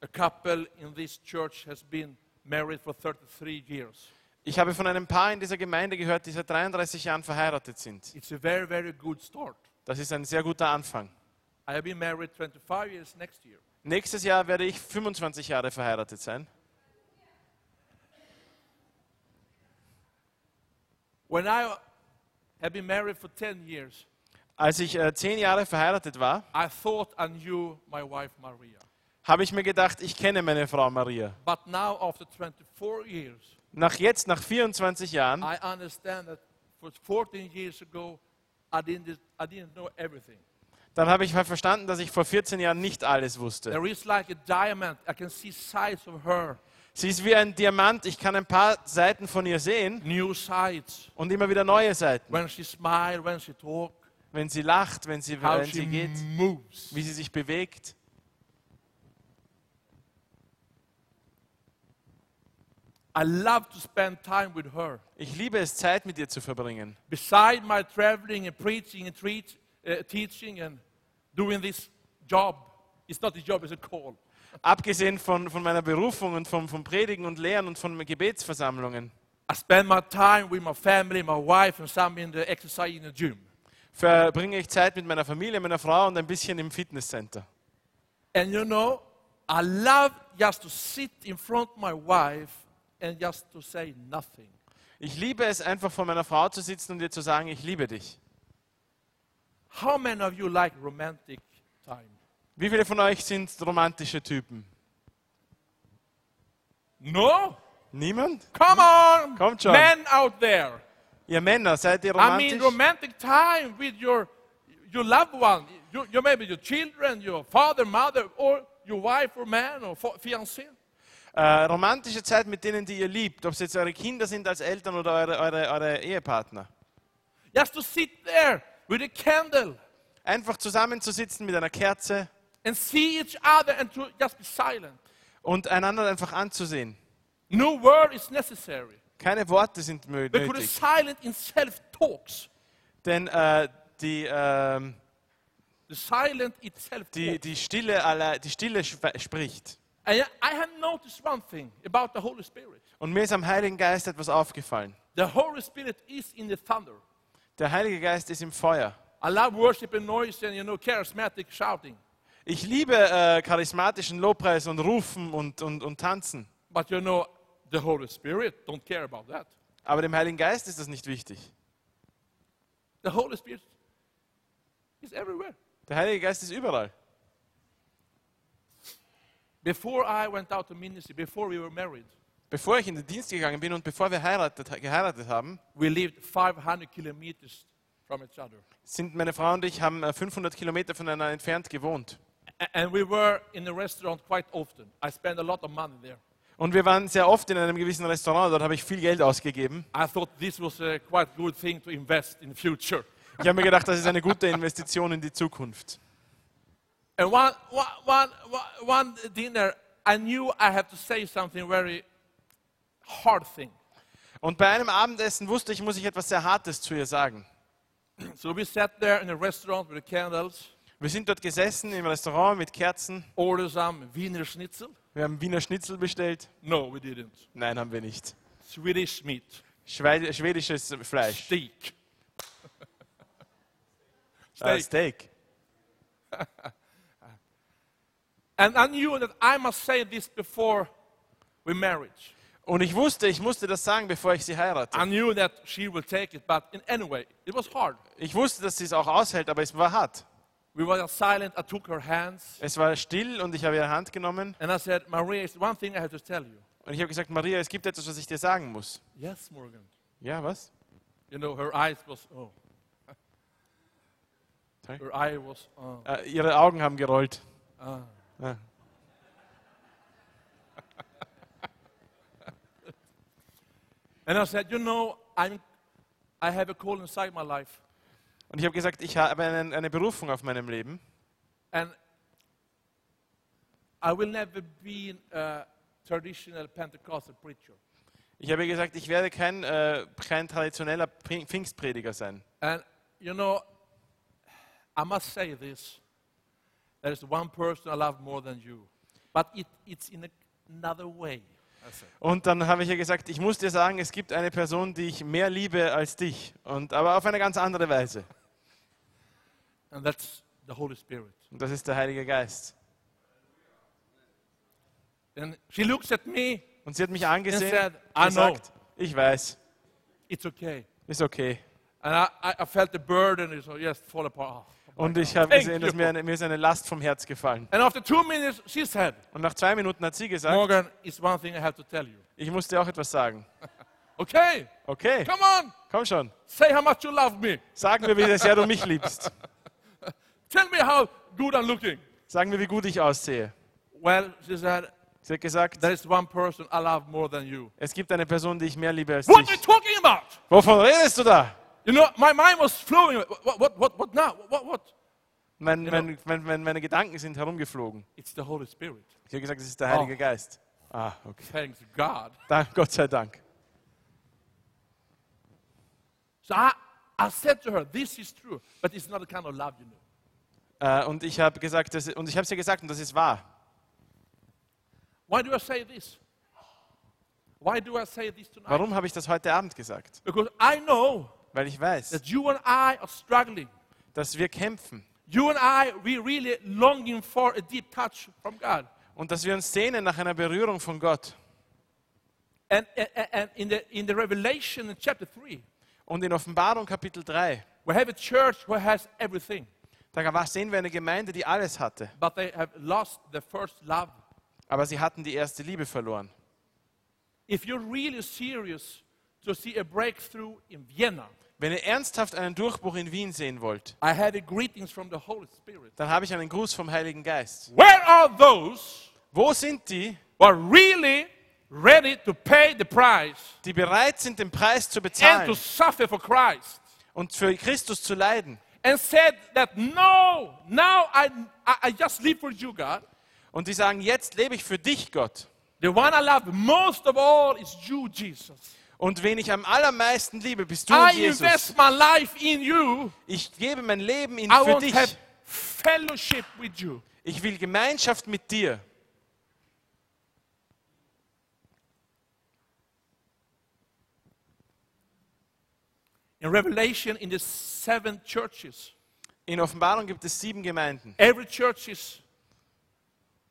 [SPEAKER 1] a couple in this church has been married for 33 years.
[SPEAKER 2] Ich habe von einem Paar in dieser Gemeinde gehört, die seit 33 Jahren verheiratet sind.
[SPEAKER 1] It's a very, very good start.
[SPEAKER 2] Das ist ein sehr guter Anfang.
[SPEAKER 1] I have been married 25 years next year.
[SPEAKER 2] Nächstes Jahr werde ich 25 Jahre verheiratet sein.
[SPEAKER 1] When I have been married for 10 years,
[SPEAKER 2] Als ich äh, zehn Jahre verheiratet war,
[SPEAKER 1] I thought I knew my wife Maria.
[SPEAKER 2] habe ich mir gedacht, ich kenne meine Frau Maria.
[SPEAKER 1] But now, after 24 years,
[SPEAKER 2] Nach jetzt, nach 24 Jahren,
[SPEAKER 1] I understand that for 14 years ago, I didn't, I didn't know everything.
[SPEAKER 2] dann habe ich mal verstanden, dass ich vor 14 Jahren nicht alles wusste.
[SPEAKER 1] There is like a diamond, I can see sides of her,
[SPEAKER 2] Sie ist wie ein Diamant, ich kann ein paar Seiten von ihr sehen
[SPEAKER 1] new sides.
[SPEAKER 2] und immer wieder neue Seiten.
[SPEAKER 1] When she smiles, when she talks,
[SPEAKER 2] Wenn sie lacht, wenn sie,
[SPEAKER 1] how
[SPEAKER 2] wenn
[SPEAKER 1] she
[SPEAKER 2] sie geht,
[SPEAKER 1] moves.
[SPEAKER 2] wie sie sich bewegt.
[SPEAKER 1] I love to spend time with her.
[SPEAKER 2] Ich liebe es, Zeit mit ihr zu verbringen.
[SPEAKER 1] Beside my traveling and preaching and treat, uh, teaching and doing this job, it's not a job, it's a call.
[SPEAKER 2] Abgesehen von, von meiner Berufung und vom, vom Predigen und Lehren und von Gebetsversammlungen.
[SPEAKER 1] I spend my time with my family, my wife, and some in the exercise in the gym.
[SPEAKER 2] verbringe ich Zeit mit meiner Familie, meiner Frau und ein bisschen im Fitnesscenter.
[SPEAKER 1] And you know, I love just to sit in front of my wife and just to say nothing.
[SPEAKER 2] Ich liebe es einfach vor meiner Frau zu sitzen und ihr zu sagen, ich liebe dich.
[SPEAKER 1] How many of you like romantic time?
[SPEAKER 2] Wie viele von euch sind romantische Typen?
[SPEAKER 1] No?
[SPEAKER 2] Niemand?
[SPEAKER 1] Come on!
[SPEAKER 2] Mm-hmm. Come, John.
[SPEAKER 1] Men out there.
[SPEAKER 2] Ihr Männer, seid ihr
[SPEAKER 1] I mean,
[SPEAKER 2] romantisch?
[SPEAKER 1] romantic time with your, your loved one, your, your, maybe your children, your father, mother, or your wife or man or fo- fiancé.
[SPEAKER 2] äh, romantische Zeit mit denen, die ihr liebt, ob es jetzt eure Kinder sind als Eltern oder eure, eure, eure Ehepartner.
[SPEAKER 1] Just to sit there with a candle
[SPEAKER 2] Einfach zusammenzusitzen mit einer Kerze
[SPEAKER 1] and see each other and to just be silent.
[SPEAKER 2] und einander einfach anzusehen.
[SPEAKER 1] No word is necessary
[SPEAKER 2] Keine Worte sind mö-
[SPEAKER 1] because the
[SPEAKER 2] nötig,
[SPEAKER 1] silent in self talks.
[SPEAKER 2] denn äh, die, ähm,
[SPEAKER 1] The silent itself
[SPEAKER 2] die,
[SPEAKER 1] talks.
[SPEAKER 2] die Stille, alle, die Stille schw- spricht.
[SPEAKER 1] And I have noticed one thing about the Holy Spirit.
[SPEAKER 2] Und mir ist am Heiligen Geist etwas aufgefallen.
[SPEAKER 1] The Holy Spirit is in the thunder.
[SPEAKER 2] Der Heilige Geist ist im Feuer.
[SPEAKER 1] I love worship and noise and you know charismatic shouting.
[SPEAKER 2] Ich liebe äh, charismatischen Lobpreis und Rufen und, und, und Tanzen.
[SPEAKER 1] But you know, the Holy Spirit don't care about that.
[SPEAKER 2] Aber dem Heiligen Geist ist das nicht wichtig.
[SPEAKER 1] The Holy Spirit is everywhere.
[SPEAKER 2] Der Heilige Geist ist überall.
[SPEAKER 1] Before I went out to ministry, before we were married,
[SPEAKER 2] Bevor ich in den Dienst gegangen bin und bevor wir heiratet, geheiratet haben,
[SPEAKER 1] we lived 500 kilometers from each other.
[SPEAKER 2] sind meine Frau und ich haben äh, 500 Kilometer voneinander entfernt gewohnt.
[SPEAKER 1] A- And we were in the restaurant quite often. I spent a lot of money there.
[SPEAKER 2] Und wir waren sehr oft in einem gewissen Restaurant, dort habe ich viel Geld ausgegeben.
[SPEAKER 1] I thought this was a quite good thing to invest in the future.
[SPEAKER 2] Ich habe mir gedacht, das ist eine gute Investition in die Zukunft.
[SPEAKER 1] And one, one, one, one dinner, I knew I had to say something very hard thing.
[SPEAKER 2] Und bei einem Abendessen wusste ich, muss ich etwas sehr Hartes zu ihr sagen.
[SPEAKER 1] So we sat there in a restaurant with the candles,
[SPEAKER 2] Wir sind dort gesessen im Restaurant mit Kerzen.
[SPEAKER 1] ordered some Wiener Schnitzel.
[SPEAKER 2] Wir haben Wiener Schnitzel bestellt.
[SPEAKER 1] No, we didn't.
[SPEAKER 2] Nein, haben wir nicht.
[SPEAKER 1] Swedish meat.
[SPEAKER 2] Schwei- schwedisches Fleisch.
[SPEAKER 1] Steak.
[SPEAKER 2] Äh,
[SPEAKER 1] Steak.
[SPEAKER 2] Steak.
[SPEAKER 1] And I knew that I must say this before we marriage.
[SPEAKER 2] Und ich wusste, ich musste das sagen, bevor ich sie heirate.
[SPEAKER 1] I knew that she will take it, but in any way, it was hard.
[SPEAKER 2] Ich wusste, dass sie es auch aushält, aber es war hart.
[SPEAKER 1] We were just silent. I took her hands
[SPEAKER 2] Es war still und ich habe ihre Hand genommen
[SPEAKER 1] and I said, Maria, it's one thing I have to tell you.
[SPEAKER 2] und ich habe gesagt, Maria, es gibt etwas, was ich dir sagen muss.
[SPEAKER 1] Yes, Morgan.
[SPEAKER 2] Ja, was?
[SPEAKER 1] You know, her eyes was oh.
[SPEAKER 2] Sorry?
[SPEAKER 1] Her eye was oh.
[SPEAKER 2] Äh, ihre Augen haben gerollt. Ah.
[SPEAKER 1] And I said, you know, I'm, I have a call inside my life,
[SPEAKER 2] Und ich habe gesagt, ich habe einen, eine Berufung auf meinem Leben
[SPEAKER 1] and I will never be a traditional Pentecostal preacher.
[SPEAKER 2] Ich habe ihr gesagt, ich werde kein, äh, kein traditioneller Pfing- Pfingstprediger sein.
[SPEAKER 1] And you know, I must say this: there is one person I love more than you, but it, it's in a, another way. I said.
[SPEAKER 2] Und dann habe ich ihr gesagt, ich muss dir sagen, es gibt eine Person, die ich mehr liebe als dich, und, aber auf eine ganz andere Weise.
[SPEAKER 1] And that's the Holy Spirit.
[SPEAKER 2] Und das ist der Heilige Geist.
[SPEAKER 1] And she looks at me.
[SPEAKER 2] Und sie hat mich angesehen
[SPEAKER 1] Er sagt,
[SPEAKER 2] und
[SPEAKER 1] "I know."
[SPEAKER 2] gesagt, ich weiß,
[SPEAKER 1] It's okay.
[SPEAKER 2] ist okay.
[SPEAKER 1] And I, I I felt the burden is oh, yes, fall apart. Oh.
[SPEAKER 2] Und ich habe
[SPEAKER 1] Thank
[SPEAKER 2] gesehen, dass
[SPEAKER 1] you.
[SPEAKER 2] mir, eine, mir ist eine Last vom Herz gefallen.
[SPEAKER 1] And after two minutes, she said,
[SPEAKER 2] Und nach zwei Minuten hat sie gesagt,
[SPEAKER 1] Morgan, it's one thing I have to tell you.
[SPEAKER 2] ich muss dir auch etwas sagen.
[SPEAKER 1] Okay,
[SPEAKER 2] Okay,
[SPEAKER 1] come on,
[SPEAKER 2] komm schon.
[SPEAKER 1] say how much you love me.
[SPEAKER 2] Sag mir, wie sehr du mich liebst.
[SPEAKER 1] Tell me how good I'm looking.
[SPEAKER 2] Sag mir, wie gut ich aussehe.
[SPEAKER 1] Well, she said,
[SPEAKER 2] Sie hat gesagt,
[SPEAKER 1] there is one person I love more than you.
[SPEAKER 2] es gibt eine Person, die ich mehr liebe als
[SPEAKER 1] What are you
[SPEAKER 2] dich.
[SPEAKER 1] talking about?
[SPEAKER 2] Wovon redest du da?
[SPEAKER 1] You know, my mind was flowing. What, what, what, what now? What, what?
[SPEAKER 2] Mein, mein, mein, mein, meine Gedanken sind herumgeflogen.
[SPEAKER 1] It's the Holy Spirit.
[SPEAKER 2] Sie hat gesagt, es ist der Heilige
[SPEAKER 1] Oh.
[SPEAKER 2] Geist. Ah, okay.
[SPEAKER 1] Thanks God.
[SPEAKER 2] Dank, Gott sei Dank.
[SPEAKER 1] So I, I said to her, this is true, but it's not the kind of love you know.
[SPEAKER 2] Äh, und ich habe gesagt, dass, und ich habe ihr gesagt, und das ist wahr.
[SPEAKER 1] Why do I say this? Why do I say this tonight?
[SPEAKER 2] Warum habe ich das heute Abend gesagt?
[SPEAKER 1] Because I know
[SPEAKER 2] Weil ich weiß,
[SPEAKER 1] that you and I are struggling.
[SPEAKER 2] dass wir kämpfen
[SPEAKER 1] You and I, we really longing for a deep touch from God.
[SPEAKER 2] und dass wir uns sehnen nach einer Berührung von Gott.
[SPEAKER 1] And, and, and in, the, in the Revelation in chapter 3,
[SPEAKER 2] Und in Offenbarung Kapitel 3,
[SPEAKER 1] we have a church who has everything,
[SPEAKER 2] da war- sehen wir eine Gemeinde, die alles hatte,
[SPEAKER 1] but they have lost the first love.
[SPEAKER 2] aber sie hatten die erste Liebe verloren.
[SPEAKER 1] If you're really serious to see a breakthrough in Vienna,
[SPEAKER 2] Wenn ihr ernsthaft einen Durchbruch in Wien sehen wollt,
[SPEAKER 1] I have a greetings from the Holy Spirit.
[SPEAKER 2] dann habe ich einen Gruß vom Heiligen Geist.
[SPEAKER 1] Where are those
[SPEAKER 2] Wo sind die,
[SPEAKER 1] who are really ready to pay the price
[SPEAKER 2] die bereit sind, den Preis zu
[SPEAKER 1] and to
[SPEAKER 2] bezahlen
[SPEAKER 1] suffer for Christ?
[SPEAKER 2] und für Christus zu leiden?
[SPEAKER 1] And said that, no, now I, I, I just live for you, God.
[SPEAKER 2] Und die sagen, jetzt lebe ich für dich, Gott.
[SPEAKER 1] The one I love most of all is you, Jesus.
[SPEAKER 2] Und wen ich am allermeisten liebe, bist du,
[SPEAKER 1] I
[SPEAKER 2] und Jesus.
[SPEAKER 1] invest my life in you.
[SPEAKER 2] Ich gebe mein Leben in,
[SPEAKER 1] I
[SPEAKER 2] für
[SPEAKER 1] want to have
[SPEAKER 2] dich.
[SPEAKER 1] fellowship with you.
[SPEAKER 2] Ich will Gemeinschaft mit dir.
[SPEAKER 1] In Revelation, in the seven churches,
[SPEAKER 2] In Offenbarung gibt es sieben Gemeinden.
[SPEAKER 1] every church is,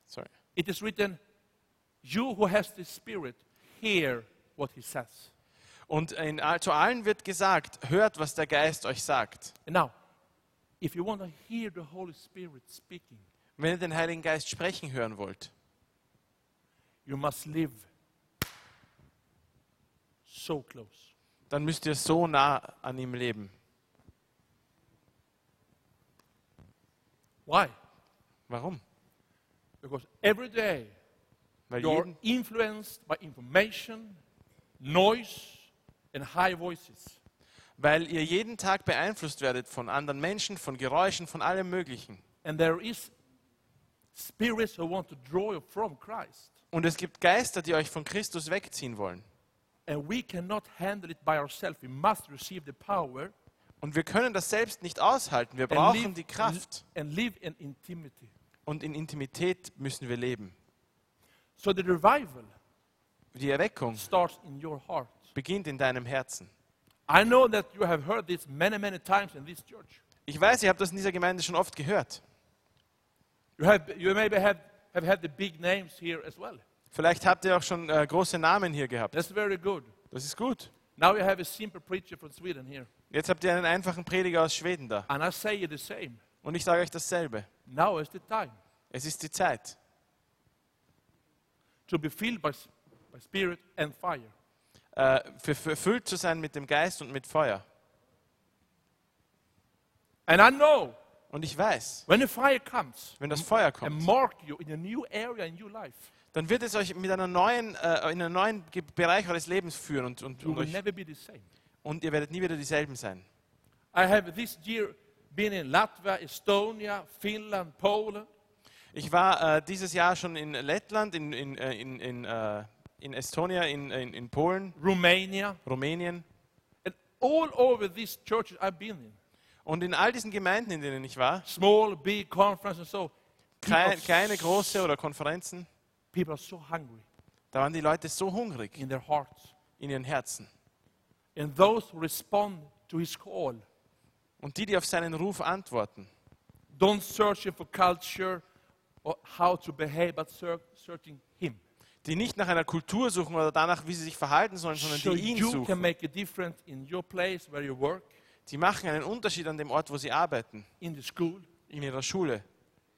[SPEAKER 2] Sorry.
[SPEAKER 1] it is written, you who has the Spirit, hear what he says.
[SPEAKER 2] Und in, all- zu allen wird gesagt, hört, was der Geist euch sagt.
[SPEAKER 1] And now, if you want to hear the Holy Spirit speaking,
[SPEAKER 2] Wenn ihr den Heiligen Geist sprechen hören wollt,
[SPEAKER 1] you must live so close.
[SPEAKER 2] dann müsst ihr so nah an ihm leben.
[SPEAKER 1] Why?
[SPEAKER 2] Warum?
[SPEAKER 1] Because every day
[SPEAKER 2] Weil
[SPEAKER 1] You're
[SPEAKER 2] jeden,
[SPEAKER 1] influenced by information, noise, and high voices.
[SPEAKER 2] weil ihr jeden Tag beeinflusst werdet von anderen Menschen, von Geräuschen, von allem Möglichen.
[SPEAKER 1] And there is spirits who want to draw you from Christ.
[SPEAKER 2] Und es gibt Geister, die euch von Christus wegziehen wollen.
[SPEAKER 1] And we cannot handle it by ourselves. We must receive the power
[SPEAKER 2] Und wir können das selbst nicht aushalten. Wir
[SPEAKER 1] and
[SPEAKER 2] brauchen
[SPEAKER 1] live,
[SPEAKER 2] die Kraft.
[SPEAKER 1] and live in intimacy.
[SPEAKER 2] Und in Intimität müssen wir leben.
[SPEAKER 1] So the revival
[SPEAKER 2] Die Erweckung
[SPEAKER 1] starts in your heart.
[SPEAKER 2] beginnt in deinem Herzen.
[SPEAKER 1] I know that you have heard this many, many times in this church.
[SPEAKER 2] Ich weiß, ihr habt das in dieser Gemeinde schon oft gehört.
[SPEAKER 1] You, have, you maybe have, have had the big names here as well.
[SPEAKER 2] Vielleicht habt ihr auch schon äh, große Namen hier gehabt.
[SPEAKER 1] That's very good.
[SPEAKER 2] Das ist gut.
[SPEAKER 1] Now you have a simple preacher from Sweden here.
[SPEAKER 2] Jetzt habt ihr einen einfachen Prediger aus Schweden da.
[SPEAKER 1] And I say you the same.
[SPEAKER 2] Und ich sage euch dasselbe.
[SPEAKER 1] Now is the time
[SPEAKER 2] Es ist die Zeit,
[SPEAKER 1] to be filled by, s- by spirit and fire.
[SPEAKER 2] äh, für, für erfüllt zu sein mit dem Geist und mit Feuer.
[SPEAKER 1] And I know
[SPEAKER 2] Und ich weiß,
[SPEAKER 1] when the fire comes
[SPEAKER 2] wenn das Feuer
[SPEAKER 1] and
[SPEAKER 2] kommt,
[SPEAKER 1] mark you in a new area in your life,
[SPEAKER 2] dann wird es euch mit einer neuen, äh, in einen neuen Ge- Bereich eures Lebens führen und, und,
[SPEAKER 1] you
[SPEAKER 2] und,
[SPEAKER 1] will
[SPEAKER 2] euch,
[SPEAKER 1] never be the same.
[SPEAKER 2] und ihr werdet nie wieder dieselben sein.
[SPEAKER 1] I have this year been in Latvia, Estonia, Finland, Poland,
[SPEAKER 2] Ich war äh, dieses Jahr schon in Lettland, in, in, äh, in, in, äh, in Estonia, in, in, in Polen,
[SPEAKER 1] Romania,
[SPEAKER 2] Rumänien.
[SPEAKER 1] and all over these churches I've been in,
[SPEAKER 2] Und in all diesen Gemeinden, in denen ich war,
[SPEAKER 1] small, big conference and so,
[SPEAKER 2] klein,
[SPEAKER 1] people,
[SPEAKER 2] kleine, große oder Konferenzen,
[SPEAKER 1] people are so hungry
[SPEAKER 2] da waren die Leute so hungrig
[SPEAKER 1] in their hearts.
[SPEAKER 2] in ihren Herzen.
[SPEAKER 1] And those who respond to his call
[SPEAKER 2] Und die, die auf seinen Ruf antworten,
[SPEAKER 1] Don't search for culture or how to behave, but ser- searching Him.
[SPEAKER 2] die nicht nach einer Kultur suchen oder danach, wie sie sich verhalten sollen, sondern
[SPEAKER 1] So
[SPEAKER 2] die ihn
[SPEAKER 1] you can
[SPEAKER 2] suchen,
[SPEAKER 1] make a difference in your place where you work,
[SPEAKER 2] Die machen einen Unterschied an dem Ort, wo sie arbeiten,
[SPEAKER 1] in the school,
[SPEAKER 2] in ihrer Schule,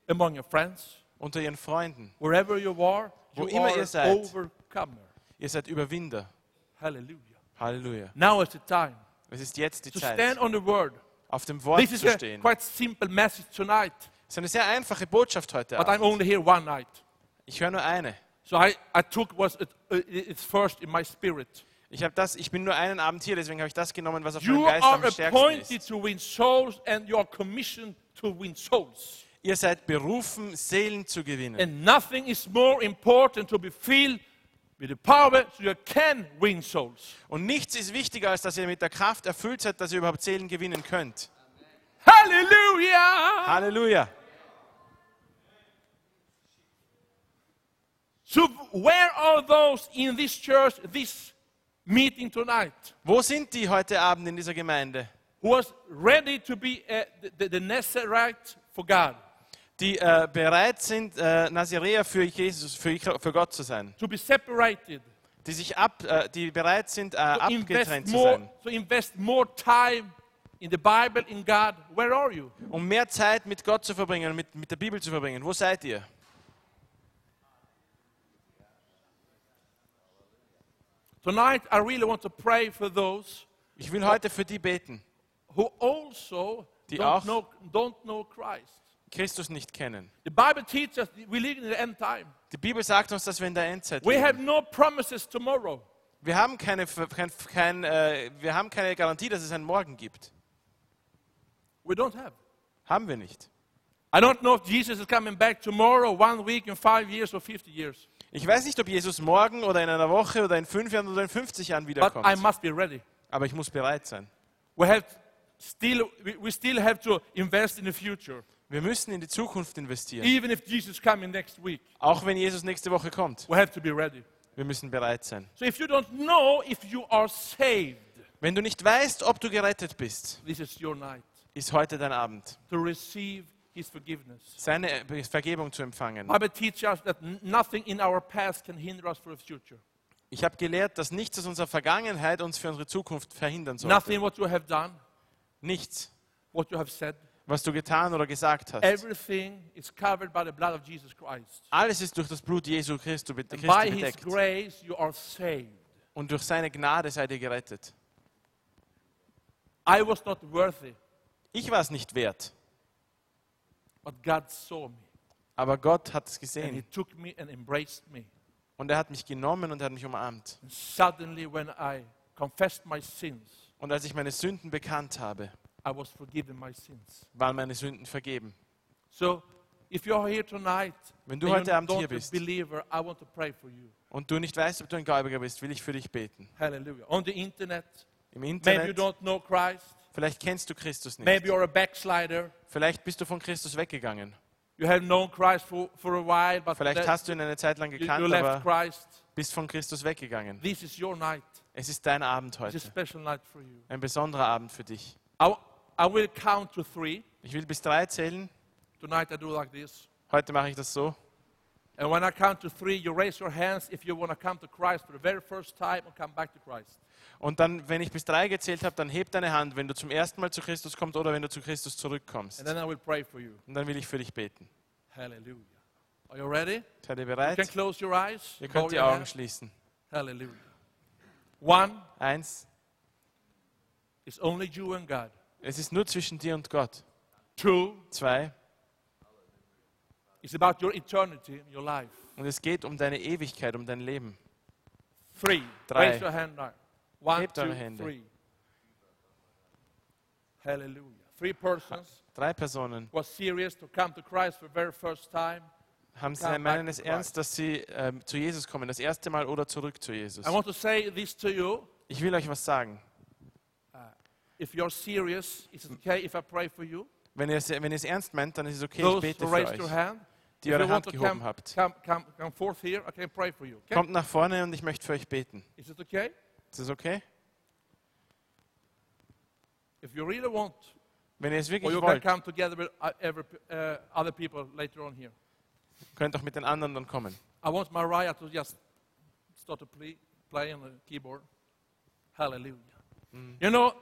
[SPEAKER 1] among your friends,
[SPEAKER 2] unter ihren Freunden.
[SPEAKER 1] wherever you are,
[SPEAKER 2] Wo
[SPEAKER 1] you
[SPEAKER 2] immer
[SPEAKER 1] are
[SPEAKER 2] ihr seid.
[SPEAKER 1] overcomer.
[SPEAKER 2] Ihr seid Überwinder.
[SPEAKER 1] Hallelujah.
[SPEAKER 2] Halleluja.
[SPEAKER 1] Now is the time
[SPEAKER 2] Es ist jetzt die
[SPEAKER 1] to stand
[SPEAKER 2] Zeit,
[SPEAKER 1] on the word.
[SPEAKER 2] auf dem Wort
[SPEAKER 1] This is
[SPEAKER 2] zu
[SPEAKER 1] a
[SPEAKER 2] stehen.
[SPEAKER 1] quite simple message tonight,
[SPEAKER 2] Es ist eine sehr einfache Botschaft heute
[SPEAKER 1] but I'm
[SPEAKER 2] Abend.
[SPEAKER 1] only here one night.
[SPEAKER 2] Ich höre nur eine.
[SPEAKER 1] So I, I took what it, uh, it's first in my spirit.
[SPEAKER 2] Ich, hab das, ich bin nur einen Abend hier, deswegen habe ich das genommen, was auf meinem
[SPEAKER 1] You
[SPEAKER 2] Geist
[SPEAKER 1] are
[SPEAKER 2] am stärksten ist.
[SPEAKER 1] appointed to win souls and you are commissioned to win souls.
[SPEAKER 2] Ihr seid berufen, Seelen zu gewinnen.
[SPEAKER 1] And nothing is more important to be filled with the power so you can win souls.
[SPEAKER 2] Und nichts ist wichtiger, als dass ihr mit der Kraft erfüllt seid, dass ihr überhaupt Seelen gewinnen könnt.
[SPEAKER 1] Hallelujah!
[SPEAKER 2] Halleluja.
[SPEAKER 1] So where are those in this church, this meeting tonight,
[SPEAKER 2] Wo sind die heute Abend in dieser Gemeinde,
[SPEAKER 1] who was ready to be uh, the, the, the Nazarite for God,
[SPEAKER 2] die äh, bereit sind, äh, Nazirea für Jesus, für, für Gott zu sein?
[SPEAKER 1] to be separated,
[SPEAKER 2] Die, sich ab, äh, die bereit sind, äh,
[SPEAKER 1] to invest
[SPEAKER 2] abgetrennt zu
[SPEAKER 1] more,
[SPEAKER 2] sein.
[SPEAKER 1] to invest more time in the Bible, in God? Where are you?
[SPEAKER 2] Um mehr Zeit mit Gott zu verbringen, und mit, mit der Bibel zu verbringen. Wo seid ihr?
[SPEAKER 1] Tonight, I really want to pray for those
[SPEAKER 2] Ich will heute für die beten,
[SPEAKER 1] who also
[SPEAKER 2] Die
[SPEAKER 1] don't,
[SPEAKER 2] auch-
[SPEAKER 1] know, don't know Christ.
[SPEAKER 2] Christus nicht kennen.
[SPEAKER 1] The Bible teaches us we live in the end time.
[SPEAKER 2] Die Bibel sagt uns, dass wir in der Endzeit
[SPEAKER 1] We have
[SPEAKER 2] leben.
[SPEAKER 1] no promises tomorrow.
[SPEAKER 2] Wir haben keine, kein, kein, äh, wir haben keine Garantie, dass es einen Morgen gibt.
[SPEAKER 1] We don't have.
[SPEAKER 2] Haben wir nicht.
[SPEAKER 1] I don't know if Jesus is coming back tomorrow, one week, in five years, or 50 years.
[SPEAKER 2] Ich weiß nicht, ob Jesus morgen oder in einer Woche oder in fünf Jahren oder in 50 Jahren
[SPEAKER 1] But I
[SPEAKER 2] wiederkommt.
[SPEAKER 1] must be ready.
[SPEAKER 2] Aber ich muss bereit sein.
[SPEAKER 1] We, have still, we, we still have to invest in the future,
[SPEAKER 2] Wir müssen in die Zukunft investieren.
[SPEAKER 1] even if Jesus coming next week.
[SPEAKER 2] Auch wenn Jesus nächste Woche kommt.
[SPEAKER 1] We have to be ready.
[SPEAKER 2] Wir müssen bereit sein.
[SPEAKER 1] So if you don't know if you are saved,
[SPEAKER 2] Wenn du nicht weißt, ob du gerettet bist,
[SPEAKER 1] this is your night
[SPEAKER 2] ist heute dein Abend,
[SPEAKER 1] to receive His forgiveness.
[SPEAKER 2] seine Vergebung zu empfangen.
[SPEAKER 1] Bible teaches us that n- nothing in our past can hinder us for the future.
[SPEAKER 2] Ich habe gelehrt, dass nichts aus unserer Vergangenheit uns für unsere Zukunft verhindern
[SPEAKER 1] Nothing
[SPEAKER 2] sollte.
[SPEAKER 1] what you have done,
[SPEAKER 2] Nichts,
[SPEAKER 1] what you have said.
[SPEAKER 2] was du getan oder gesagt hast.
[SPEAKER 1] Everything is covered by the blood of Jesus Christ.
[SPEAKER 2] Alles ist durch das Blut Jesu Christus
[SPEAKER 1] And
[SPEAKER 2] Christi
[SPEAKER 1] by His
[SPEAKER 2] bedeckt.
[SPEAKER 1] grace, you are saved.
[SPEAKER 2] Und durch seine Gnade seid ihr gerettet.
[SPEAKER 1] I was not worthy,
[SPEAKER 2] Ich war es nicht wert,
[SPEAKER 1] but God saw me.
[SPEAKER 2] aber Gott hat es
[SPEAKER 1] And He
[SPEAKER 2] gesehen.
[SPEAKER 1] took me and embraced me.
[SPEAKER 2] Und er hat mich genommen und hat mich umarmt.
[SPEAKER 1] And suddenly, when I confessed my sins,
[SPEAKER 2] Und als ich meine Sünden bekannt habe,
[SPEAKER 1] I was forgiven my sins.
[SPEAKER 2] waren meine Sünden vergeben.
[SPEAKER 1] So, if you are here tonight,
[SPEAKER 2] Wenn du
[SPEAKER 1] and
[SPEAKER 2] heute
[SPEAKER 1] you're
[SPEAKER 2] Abend
[SPEAKER 1] not
[SPEAKER 2] hier
[SPEAKER 1] a
[SPEAKER 2] bist.
[SPEAKER 1] believer, I want to pray for you.
[SPEAKER 2] Und du nicht weißt, ob du ein Gläubiger bist, will ich für dich beten.
[SPEAKER 1] Hallelujah. On the internet,
[SPEAKER 2] Im
[SPEAKER 1] maybe you
[SPEAKER 2] Internet,
[SPEAKER 1] don't know Christ.
[SPEAKER 2] vielleicht kennst du Christus
[SPEAKER 1] Maybe
[SPEAKER 2] nicht.
[SPEAKER 1] you're a backslider.
[SPEAKER 2] Vielleicht bist du von Christus weggegangen.
[SPEAKER 1] You have known Christ for, for a while, but
[SPEAKER 2] Vielleicht
[SPEAKER 1] that-
[SPEAKER 2] hast du ihn eine Zeit lang
[SPEAKER 1] you,
[SPEAKER 2] gekannt,
[SPEAKER 1] you left
[SPEAKER 2] aber
[SPEAKER 1] Christ.
[SPEAKER 2] bist von Christus weggegangen.
[SPEAKER 1] This is your night.
[SPEAKER 2] Es ist dein Abend
[SPEAKER 1] It's a
[SPEAKER 2] heute.
[SPEAKER 1] special night for you.
[SPEAKER 2] Ein besonderer Abend für dich.
[SPEAKER 1] I, w- I will count to three.
[SPEAKER 2] Ich will bis drei zählen.
[SPEAKER 1] Tonight I do like this.
[SPEAKER 2] Heute mache ich das so.
[SPEAKER 1] And when I count to three, you raise your hands if you want to come to Christ for the very first time and come back to Christ.
[SPEAKER 2] Und dann, wenn ich bis drei gezählt habe, dann heb deine Hand, wenn du zum ersten Mal zu Christus kommst oder wenn du zu Christus zurückkommst.
[SPEAKER 1] And then I will pray for you.
[SPEAKER 2] Und dann will ich für dich beten.
[SPEAKER 1] Hallelujah. Are you ready?
[SPEAKER 2] Seid ihr
[SPEAKER 1] You Oh, can
[SPEAKER 2] bereit?
[SPEAKER 1] close your eyes.
[SPEAKER 2] Ihr
[SPEAKER 1] bow
[SPEAKER 2] könnt die
[SPEAKER 1] your
[SPEAKER 2] Augen
[SPEAKER 1] head.
[SPEAKER 2] schließen.
[SPEAKER 1] Hallelujah. One
[SPEAKER 2] Eins,
[SPEAKER 1] is only you and God.
[SPEAKER 2] es ist nur zwischen dir und Gott.
[SPEAKER 1] Two
[SPEAKER 2] Zwei,
[SPEAKER 1] is about your eternity, your life.
[SPEAKER 2] und es geht um deine Ewigkeit, um dein Leben.
[SPEAKER 1] Three.
[SPEAKER 2] Drei.
[SPEAKER 1] Raise your hand now. One,
[SPEAKER 2] Heb
[SPEAKER 1] two,
[SPEAKER 2] deine Hände.
[SPEAKER 1] three. Hallelujah. Three persons
[SPEAKER 2] Drei Personen
[SPEAKER 1] who are serious to come to Christ for the very first time.
[SPEAKER 2] haben
[SPEAKER 1] Come
[SPEAKER 2] sie
[SPEAKER 1] back
[SPEAKER 2] meinen es
[SPEAKER 1] to
[SPEAKER 2] ernst, dass sie ähm, zu Jesus kommen, das erste Mal oder zurück zu Jesus.
[SPEAKER 1] I want to say this to you.
[SPEAKER 2] Ich will euch was sagen.
[SPEAKER 1] If you're serious, is it okay if I pray for you?
[SPEAKER 2] Wenn ihr es, wenn ihr es ernst meint, dann ist es okay, ich
[SPEAKER 1] Those
[SPEAKER 2] bete
[SPEAKER 1] who
[SPEAKER 2] für
[SPEAKER 1] raised your
[SPEAKER 2] euch,
[SPEAKER 1] hand,
[SPEAKER 2] die
[SPEAKER 1] if
[SPEAKER 2] eure
[SPEAKER 1] you want
[SPEAKER 2] Hand
[SPEAKER 1] to
[SPEAKER 2] gehoben
[SPEAKER 1] come,
[SPEAKER 2] habt.
[SPEAKER 1] come, come, come forth here, I can pray for you. Okay?
[SPEAKER 2] Kommt nach vorne und ich möchte für euch beten.
[SPEAKER 1] Is it okay?
[SPEAKER 2] Ist das okay?
[SPEAKER 1] If you really want,
[SPEAKER 2] Wenn ihr es
[SPEAKER 1] or
[SPEAKER 2] wirklich
[SPEAKER 1] you can
[SPEAKER 2] wollt,
[SPEAKER 1] come together with uh, every, uh, other people later on here.
[SPEAKER 2] könnt auch mit den anderen dann kommen.
[SPEAKER 1] I want Mariah to just start to play, play on the keyboard. Hallelujah. You know,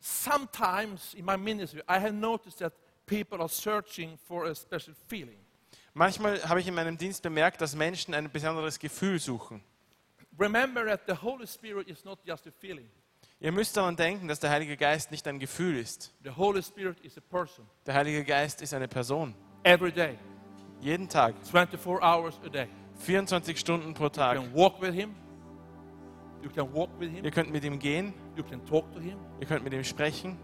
[SPEAKER 1] sometimes in my ministry, I have noticed that people are searching for a special feeling.
[SPEAKER 2] Manchmal habe ich in meinem Dienst bemerkt, dass Menschen ein besonderes Gefühl suchen.
[SPEAKER 1] Remember that the Holy Spirit is not just a feeling.
[SPEAKER 2] Ihr müsst daran denken, dass der Heilige Geist nicht ein Gefühl ist.
[SPEAKER 1] The Holy Spirit is a person
[SPEAKER 2] Der Heilige Geist ist eine Person.
[SPEAKER 1] every day,
[SPEAKER 2] Jeden Tag,
[SPEAKER 1] 24 hours a day.
[SPEAKER 2] 24 Stunden pro
[SPEAKER 1] You
[SPEAKER 2] Tag.
[SPEAKER 1] can walk with Him. You can walk with Him.
[SPEAKER 2] Ihr könnt mit ihm gehen,
[SPEAKER 1] You can talk to Him.
[SPEAKER 2] ihr könnt mit ihm sprechen.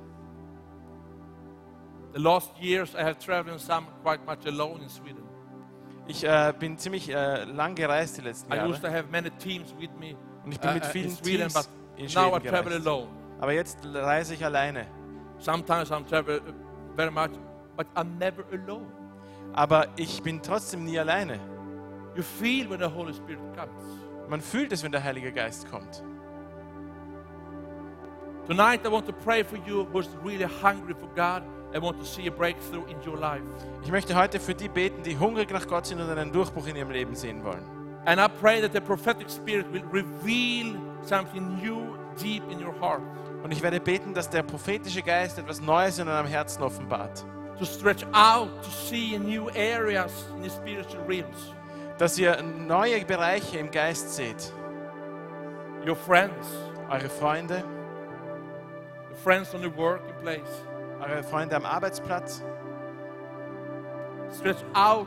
[SPEAKER 1] The last years I have traveled some quite much alone in Sweden.
[SPEAKER 2] Ich äh, bin ziemlich äh, lang gereist die letzten
[SPEAKER 1] I used
[SPEAKER 2] Jahre
[SPEAKER 1] to have many teams with me
[SPEAKER 2] und ich bin mit
[SPEAKER 1] uh, uh, in
[SPEAKER 2] vielen
[SPEAKER 1] Sweden,
[SPEAKER 2] Teams
[SPEAKER 1] but
[SPEAKER 2] in
[SPEAKER 1] now I
[SPEAKER 2] Schweden
[SPEAKER 1] travel
[SPEAKER 2] gereist.
[SPEAKER 1] alone.
[SPEAKER 2] Aber jetzt reise ich alleine.
[SPEAKER 1] Sometimes I travel uh, very much, but I'm never alone.
[SPEAKER 2] Aber ich bin trotzdem nie alleine.
[SPEAKER 1] You feel when the Holy Spirit comes.
[SPEAKER 2] Man fühlt es, wenn der Heilige Geist kommt.
[SPEAKER 1] Tonight, I want to pray for you who's really hungry for God. I want to see a breakthrough in your life.
[SPEAKER 2] Ich möchte heute für die beten, die hungrig nach Gott sind und einen Durchbruch in ihrem Leben sehen wollen.
[SPEAKER 1] And I pray that the prophetic spirit will reveal something new deep in your heart
[SPEAKER 2] Und ich werde beten, dass der prophetische Geist etwas Neues in eurem Herzen offenbart.
[SPEAKER 1] to stretch out to see new areas in the spiritual realms.
[SPEAKER 2] Dass ihr neue Bereiche im Geist seht.
[SPEAKER 1] Your friends,
[SPEAKER 2] Eure Freunde,
[SPEAKER 1] your friends on the workplace,
[SPEAKER 2] eure Freunde am Arbeitsplatz.
[SPEAKER 1] stretch out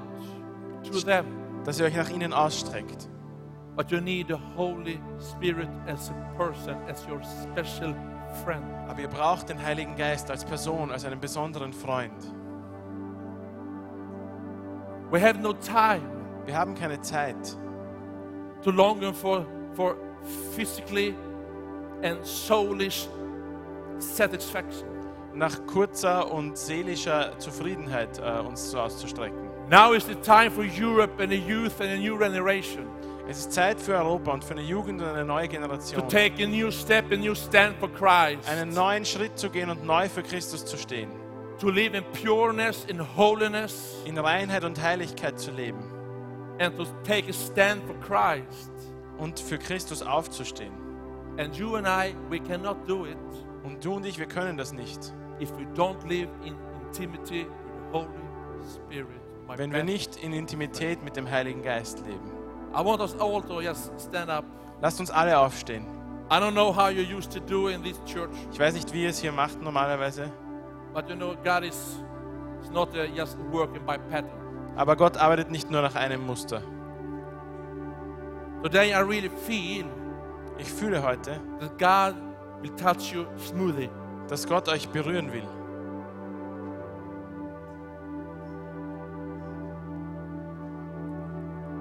[SPEAKER 1] to them.
[SPEAKER 2] Dass ihr euch nach ihnen ausstreckt.
[SPEAKER 1] But you need the Holy Spirit as a person, as your special friend.
[SPEAKER 2] Aber ihr braucht den Heiligen Geist als Person, als einen besonderen Freund.
[SPEAKER 1] We have no time
[SPEAKER 2] Wir haben keine Zeit,
[SPEAKER 1] to longing for, for physically and soulish satisfaction.
[SPEAKER 2] nach kurzer und seelischer Zufriedenheit äh, uns so auszustrecken.
[SPEAKER 1] Now is the time for Europe and the youth and a new generation
[SPEAKER 2] Es ist Zeit für Europa und für eine Jugend und eine neue Generation,
[SPEAKER 1] to take a new step, a new stand for Christ,
[SPEAKER 2] einen neuen Schritt zu gehen und neu für Christus zu stehen,
[SPEAKER 1] to live in pureness, in holiness,
[SPEAKER 2] in Reinheit und Heiligkeit zu leben
[SPEAKER 1] and to take a stand for Christ.
[SPEAKER 2] und für Christus aufzustehen.
[SPEAKER 1] And you and I, we cannot do it
[SPEAKER 2] Und du und ich, wir können das nicht,
[SPEAKER 1] if we don't live in intimacy with the Holy Spirit. My
[SPEAKER 2] wenn wir
[SPEAKER 1] friend.
[SPEAKER 2] nicht in Intimität mit dem Heiligen Geist leben.
[SPEAKER 1] I want us all to just stand up.
[SPEAKER 2] Lasst uns alle aufstehen.
[SPEAKER 1] I don't know how you used to do in this church.
[SPEAKER 2] Ich weiß nicht, wie ihr es hier macht normalerweise,
[SPEAKER 1] But you know, God is it's not uh, just working by pattern.
[SPEAKER 2] aber Gott arbeitet nicht nur nach einem Muster.
[SPEAKER 1] Today, I really feel
[SPEAKER 2] Ich fühle heute,
[SPEAKER 1] that God will touch you smoothly.
[SPEAKER 2] dass Gott euch berühren will.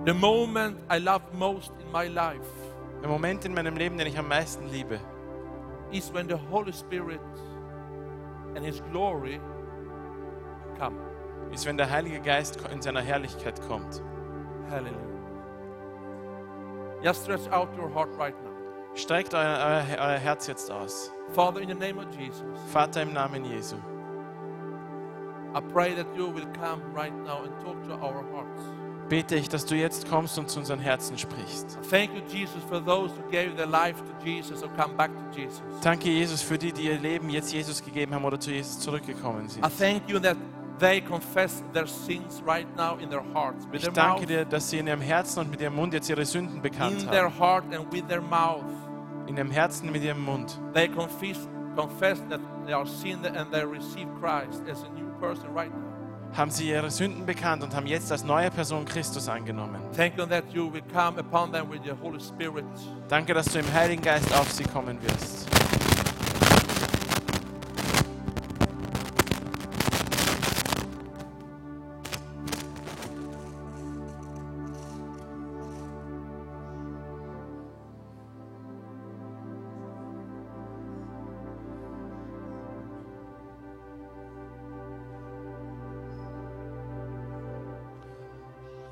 [SPEAKER 1] The moment I love most in my life
[SPEAKER 2] Der Moment in meinem Leben, den ich am meisten liebe,
[SPEAKER 1] is when the Holy Spirit and His glory come.
[SPEAKER 2] ist, wenn der Heilige Geist in seiner Herrlichkeit kommt.
[SPEAKER 1] Hallelujah. Just stretch out your heart right now.
[SPEAKER 2] Streckt euer, euer, euer Herz jetzt aus.
[SPEAKER 1] Father, in the name of Jesus,
[SPEAKER 2] Vater im Namen Jesu,
[SPEAKER 1] I pray that you will come right now and talk to our hearts.
[SPEAKER 2] bete ich, dass du jetzt kommst und zu unseren Herzen sprichst.
[SPEAKER 1] Thank you, Jesus, for those who gave their life to Jesus or come back to Jesus.
[SPEAKER 2] Danke, Jesus, für die, die ihr Leben jetzt Jesus gegeben haben oder zu Jesus zurückgekommen sind.
[SPEAKER 1] I thank you that they confess their sins right now in their hearts, with
[SPEAKER 2] Ich
[SPEAKER 1] their
[SPEAKER 2] danke
[SPEAKER 1] mouth,
[SPEAKER 2] dir, dass sie in ihrem Herzen und mit ihrem Mund jetzt ihre Sünden bekannt
[SPEAKER 1] in their
[SPEAKER 2] haben.
[SPEAKER 1] heart and with their mouth.
[SPEAKER 2] In ihrem Herzen, mit ihrem Mund.
[SPEAKER 1] They confess, confess that they are sinned and they receive Christ as a new person right now.
[SPEAKER 2] Haben sie ihre Sünden bekannt und haben jetzt als neue Person Christus angenommen.
[SPEAKER 1] Thank you that you will come upon them with your Holy Spirit.
[SPEAKER 2] Danke, dass du im Heiligen Geist auf sie kommen wirst.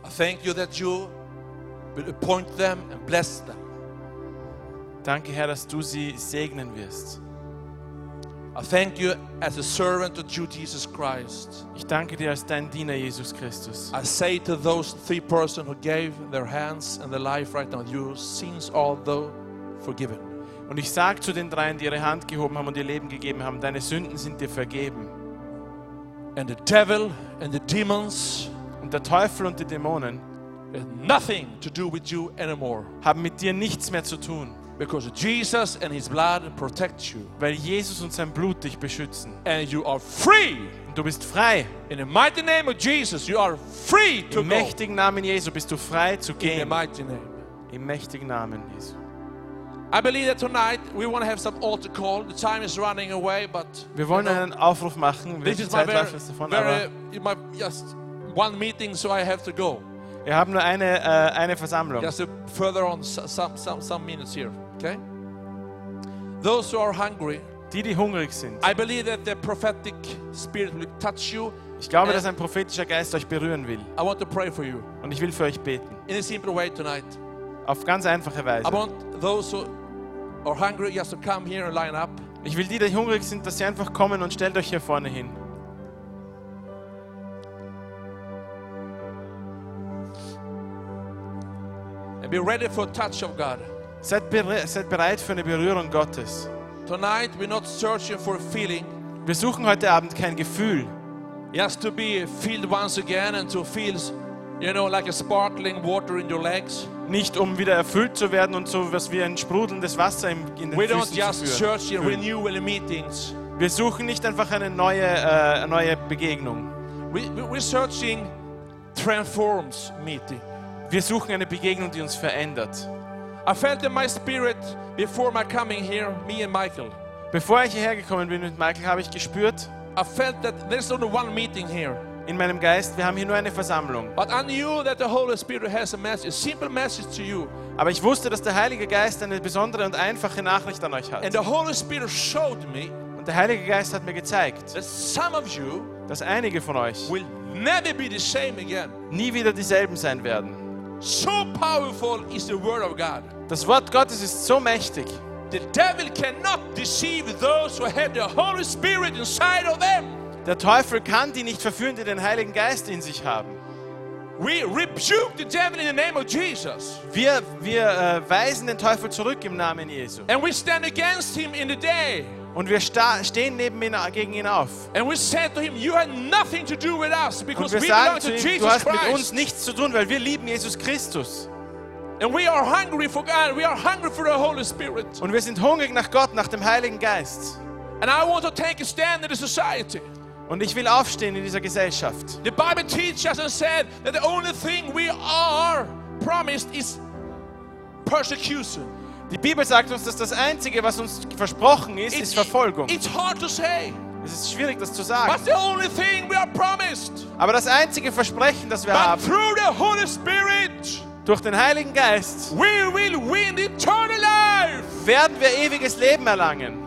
[SPEAKER 1] I thank you that you will appoint them and bless them.
[SPEAKER 2] Danke, Herr, dass du sie segnen wirst.
[SPEAKER 1] I thank you as a servant to you, Jesus Christ.
[SPEAKER 2] Ich danke dir als dein Diener, Jesus Christus.
[SPEAKER 1] I say to those three persons who gave their hands and their life right now, your sins are though forgiven.
[SPEAKER 2] Und ich sage zu den dreien, die ihre Hand gehoben haben und ihr Leben gegeben haben, deine Sünden sind dir vergeben.
[SPEAKER 1] And the devil and the demons
[SPEAKER 2] Und der Teufel und die Dämonen
[SPEAKER 1] have nothing to do with you anymore
[SPEAKER 2] haben mit dir nichts mehr zu tun,
[SPEAKER 1] because Jesus and his blood protect you.
[SPEAKER 2] weil Jesus und sein Blut dich beschützen.
[SPEAKER 1] And you are free.
[SPEAKER 2] Und du bist frei.
[SPEAKER 1] In the mighty name of Jesus, you are free to
[SPEAKER 2] Im
[SPEAKER 1] go.
[SPEAKER 2] mächtigen Namen Jesu bist du frei zu
[SPEAKER 1] In the
[SPEAKER 2] gehen.
[SPEAKER 1] mighty name.
[SPEAKER 2] Im mächtigen Namen Jesu.
[SPEAKER 1] I believe that tonight we want to have some altar call. The time is running away, but
[SPEAKER 2] Wir wollen einen Aufruf machen.
[SPEAKER 1] this
[SPEAKER 2] Wir die
[SPEAKER 1] is my
[SPEAKER 2] Zeit
[SPEAKER 1] very,
[SPEAKER 2] läuft uns davon,
[SPEAKER 1] very
[SPEAKER 2] aber
[SPEAKER 1] my, just one meeting, so I have to go.
[SPEAKER 2] wir haben nur eine, äh, eine Versammlung.
[SPEAKER 1] Just a, further on, s- some, some, some minutes here, okay? Those who are hungry,
[SPEAKER 2] Die, die hungrig sind.
[SPEAKER 1] I believe that the prophetic spirit will touch you.
[SPEAKER 2] Ich glaube,
[SPEAKER 1] Äh.
[SPEAKER 2] dass ein prophetischer Geist euch berühren will.
[SPEAKER 1] I want to pray for you
[SPEAKER 2] Und ich will für euch beten.
[SPEAKER 1] in a simple way tonight.
[SPEAKER 2] Auf ganz einfache
[SPEAKER 1] I
[SPEAKER 2] Weise.
[SPEAKER 1] want those who are hungry just to come here and line up.
[SPEAKER 2] Ich will die, die hungrig sind, dass sie einfach kommen und stellt euch hier vorne hin.
[SPEAKER 1] and be ready for touch of God.
[SPEAKER 2] Seid, bere seid bereit für eine Berührung Gottes.
[SPEAKER 1] Tonight we're not searching for a feeling,
[SPEAKER 2] Wir suchen heute Abend kein Gefühl,
[SPEAKER 1] just to be filled once again and to feel, you know, like a sparkling water in your legs.
[SPEAKER 2] nicht um wieder erfüllt zu werden und so was wie ein sprudelndes Wasser im, in den
[SPEAKER 1] We don't
[SPEAKER 2] Füßen
[SPEAKER 1] just
[SPEAKER 2] zu führen.
[SPEAKER 1] search in renewal in meetings.
[SPEAKER 2] Wir suchen nicht einfach eine neue, äh, eine neue Begegnung.
[SPEAKER 1] We, we- we're searching transforms meeting.
[SPEAKER 2] Wir suchen eine Begegnung, die uns verändert.
[SPEAKER 1] I felt in my spirit before my coming here, me and Michael.
[SPEAKER 2] Bevor ich hierher gekommen bin mit Michael, habe ich gespürt
[SPEAKER 1] I felt that there's only one meeting here,
[SPEAKER 2] in meinem Geist, wir haben hier nur eine Versammlung.
[SPEAKER 1] but I knew that the Holy Spirit has a message, a simple message to you.
[SPEAKER 2] Aber ich wusste, dass der Heilige Geist eine besondere und einfache Nachricht an euch
[SPEAKER 1] And
[SPEAKER 2] hat.
[SPEAKER 1] the Holy Spirit showed me
[SPEAKER 2] Und der Heilige Geist hat mir gezeigt,
[SPEAKER 1] that some of you
[SPEAKER 2] dass einige von euch
[SPEAKER 1] will never be the same again.
[SPEAKER 2] nie wieder dieselben sein werden.
[SPEAKER 1] So powerful is the word of God.
[SPEAKER 2] Das Wort Gottes ist so mächtig.
[SPEAKER 1] The devil cannot deceive those who have the Holy Spirit inside of them.
[SPEAKER 2] Der Teufel kann die nicht verführen, die den Heiligen Geist in sich haben.
[SPEAKER 1] We rebuke the devil in the name of Jesus.
[SPEAKER 2] Wir, wir äh, weisen den Teufel zurück im Namen Jesu.
[SPEAKER 1] And we stand against him in the day.
[SPEAKER 2] Und wir sta stehen neben ihn, gegen ihn auf.
[SPEAKER 1] And we say to him, You have nothing to do with us
[SPEAKER 2] Und
[SPEAKER 1] because
[SPEAKER 2] wir
[SPEAKER 1] we belong
[SPEAKER 2] sagen
[SPEAKER 1] to
[SPEAKER 2] zu ihm, du
[SPEAKER 1] Jesus
[SPEAKER 2] hast mit uns
[SPEAKER 1] Christ.
[SPEAKER 2] nichts zu tun, weil wir lieben Jesus Christus.
[SPEAKER 1] And we are hungry for God. We are hungry for the Holy Spirit.
[SPEAKER 2] Und wir sind hungrig nach Gott, nach dem Heiligen Geist.
[SPEAKER 1] And I want to take a stand in the society.
[SPEAKER 2] Und ich will aufstehen in dieser Gesellschaft.
[SPEAKER 1] The Bible teaches us and said that the only thing we are promised is persecution.
[SPEAKER 2] Die Bibel sagt uns, dass das Einzige, was uns versprochen ist, ist Verfolgung.
[SPEAKER 1] It's hard to say.
[SPEAKER 2] Es ist schwierig, das zu
[SPEAKER 1] That's
[SPEAKER 2] sagen.
[SPEAKER 1] the only thing we are promised.
[SPEAKER 2] Aber das einzige Versprechen, das wir
[SPEAKER 1] But
[SPEAKER 2] haben,
[SPEAKER 1] through the Holy Spirit,
[SPEAKER 2] durch den Heiligen Geist,
[SPEAKER 1] we will win eternal life.
[SPEAKER 2] werden wir ewiges Leben erlangen.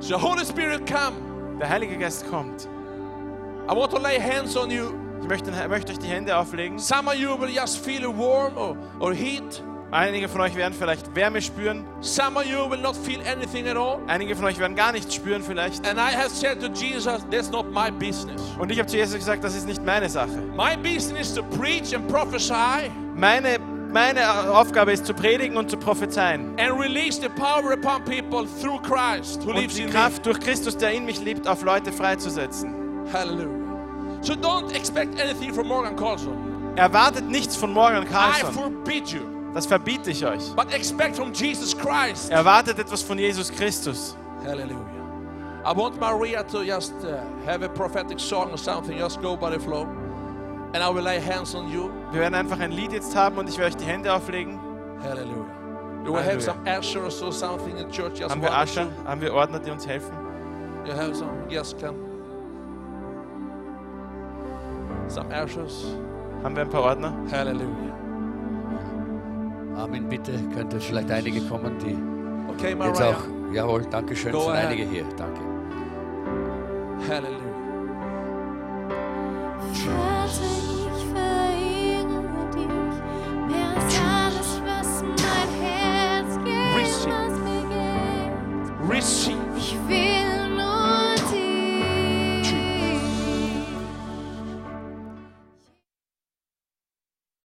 [SPEAKER 1] So Holy Spirit, come.
[SPEAKER 2] Der Heilige Geist kommt.
[SPEAKER 1] I want to lay hands on you.
[SPEAKER 2] Ich möchte, möchte euch die Hände auflegen.
[SPEAKER 1] Some of you will just feel warm or, or heat.
[SPEAKER 2] Einige von euch werden vielleicht Wärme spüren.
[SPEAKER 1] Some of you will not feel anything at all.
[SPEAKER 2] Einige von euch werden gar nichts spüren vielleicht.
[SPEAKER 1] And I have said to Jesus, that's not my business.
[SPEAKER 2] Und ich habe zu Jesus gesagt, das ist nicht meine Sache.
[SPEAKER 1] My business is to preach and prophesy
[SPEAKER 2] Meine, meine Aufgabe ist zu predigen und zu prophezeien.
[SPEAKER 1] and release the power upon people through Christ who
[SPEAKER 2] Und
[SPEAKER 1] lives
[SPEAKER 2] die
[SPEAKER 1] in
[SPEAKER 2] Kraft durch Christus, der in mich liebt, auf Leute freizusetzen.
[SPEAKER 1] me. Hallelujah. So don't expect anything from Morgan Carlson.
[SPEAKER 2] Erwartet nichts von Morgan
[SPEAKER 1] I
[SPEAKER 2] Carlson.
[SPEAKER 1] forbid you,
[SPEAKER 2] Das verbiete ich euch.
[SPEAKER 1] but expect from Jesus Christ.
[SPEAKER 2] Erwartet etwas von Jesus Christus.
[SPEAKER 1] Hallelujah. I want Maria to just uh, have a prophetic song or something, just go by the flow. And I will lay hands on you.
[SPEAKER 2] Wir werden einfach ein Lied jetzt haben und ich werde euch die Hände auflegen.
[SPEAKER 1] Hallelujah. You will have some ushers or something in church. Just
[SPEAKER 2] Haben wir
[SPEAKER 1] one or two.
[SPEAKER 2] Ascher, haben wir Ordner, die uns helfen.
[SPEAKER 1] You have some? Yes, come. Some ushers.
[SPEAKER 2] Haben wir ein paar Ordner?
[SPEAKER 1] Hallelujah.
[SPEAKER 3] Amen, bitte. Könnte vielleicht einige kommen, die
[SPEAKER 1] Okay,
[SPEAKER 3] jetzt
[SPEAKER 1] Maria.
[SPEAKER 3] auch. Jawohl, danke schön.
[SPEAKER 1] Go
[SPEAKER 3] Es sind
[SPEAKER 1] ahead.
[SPEAKER 3] einige hier. Danke.
[SPEAKER 1] Hallelujah.
[SPEAKER 4] Vater, ich verehre dich, mehr als alles, was mein Herz gibt,
[SPEAKER 1] Receive.
[SPEAKER 4] was mir gibt.
[SPEAKER 1] Receive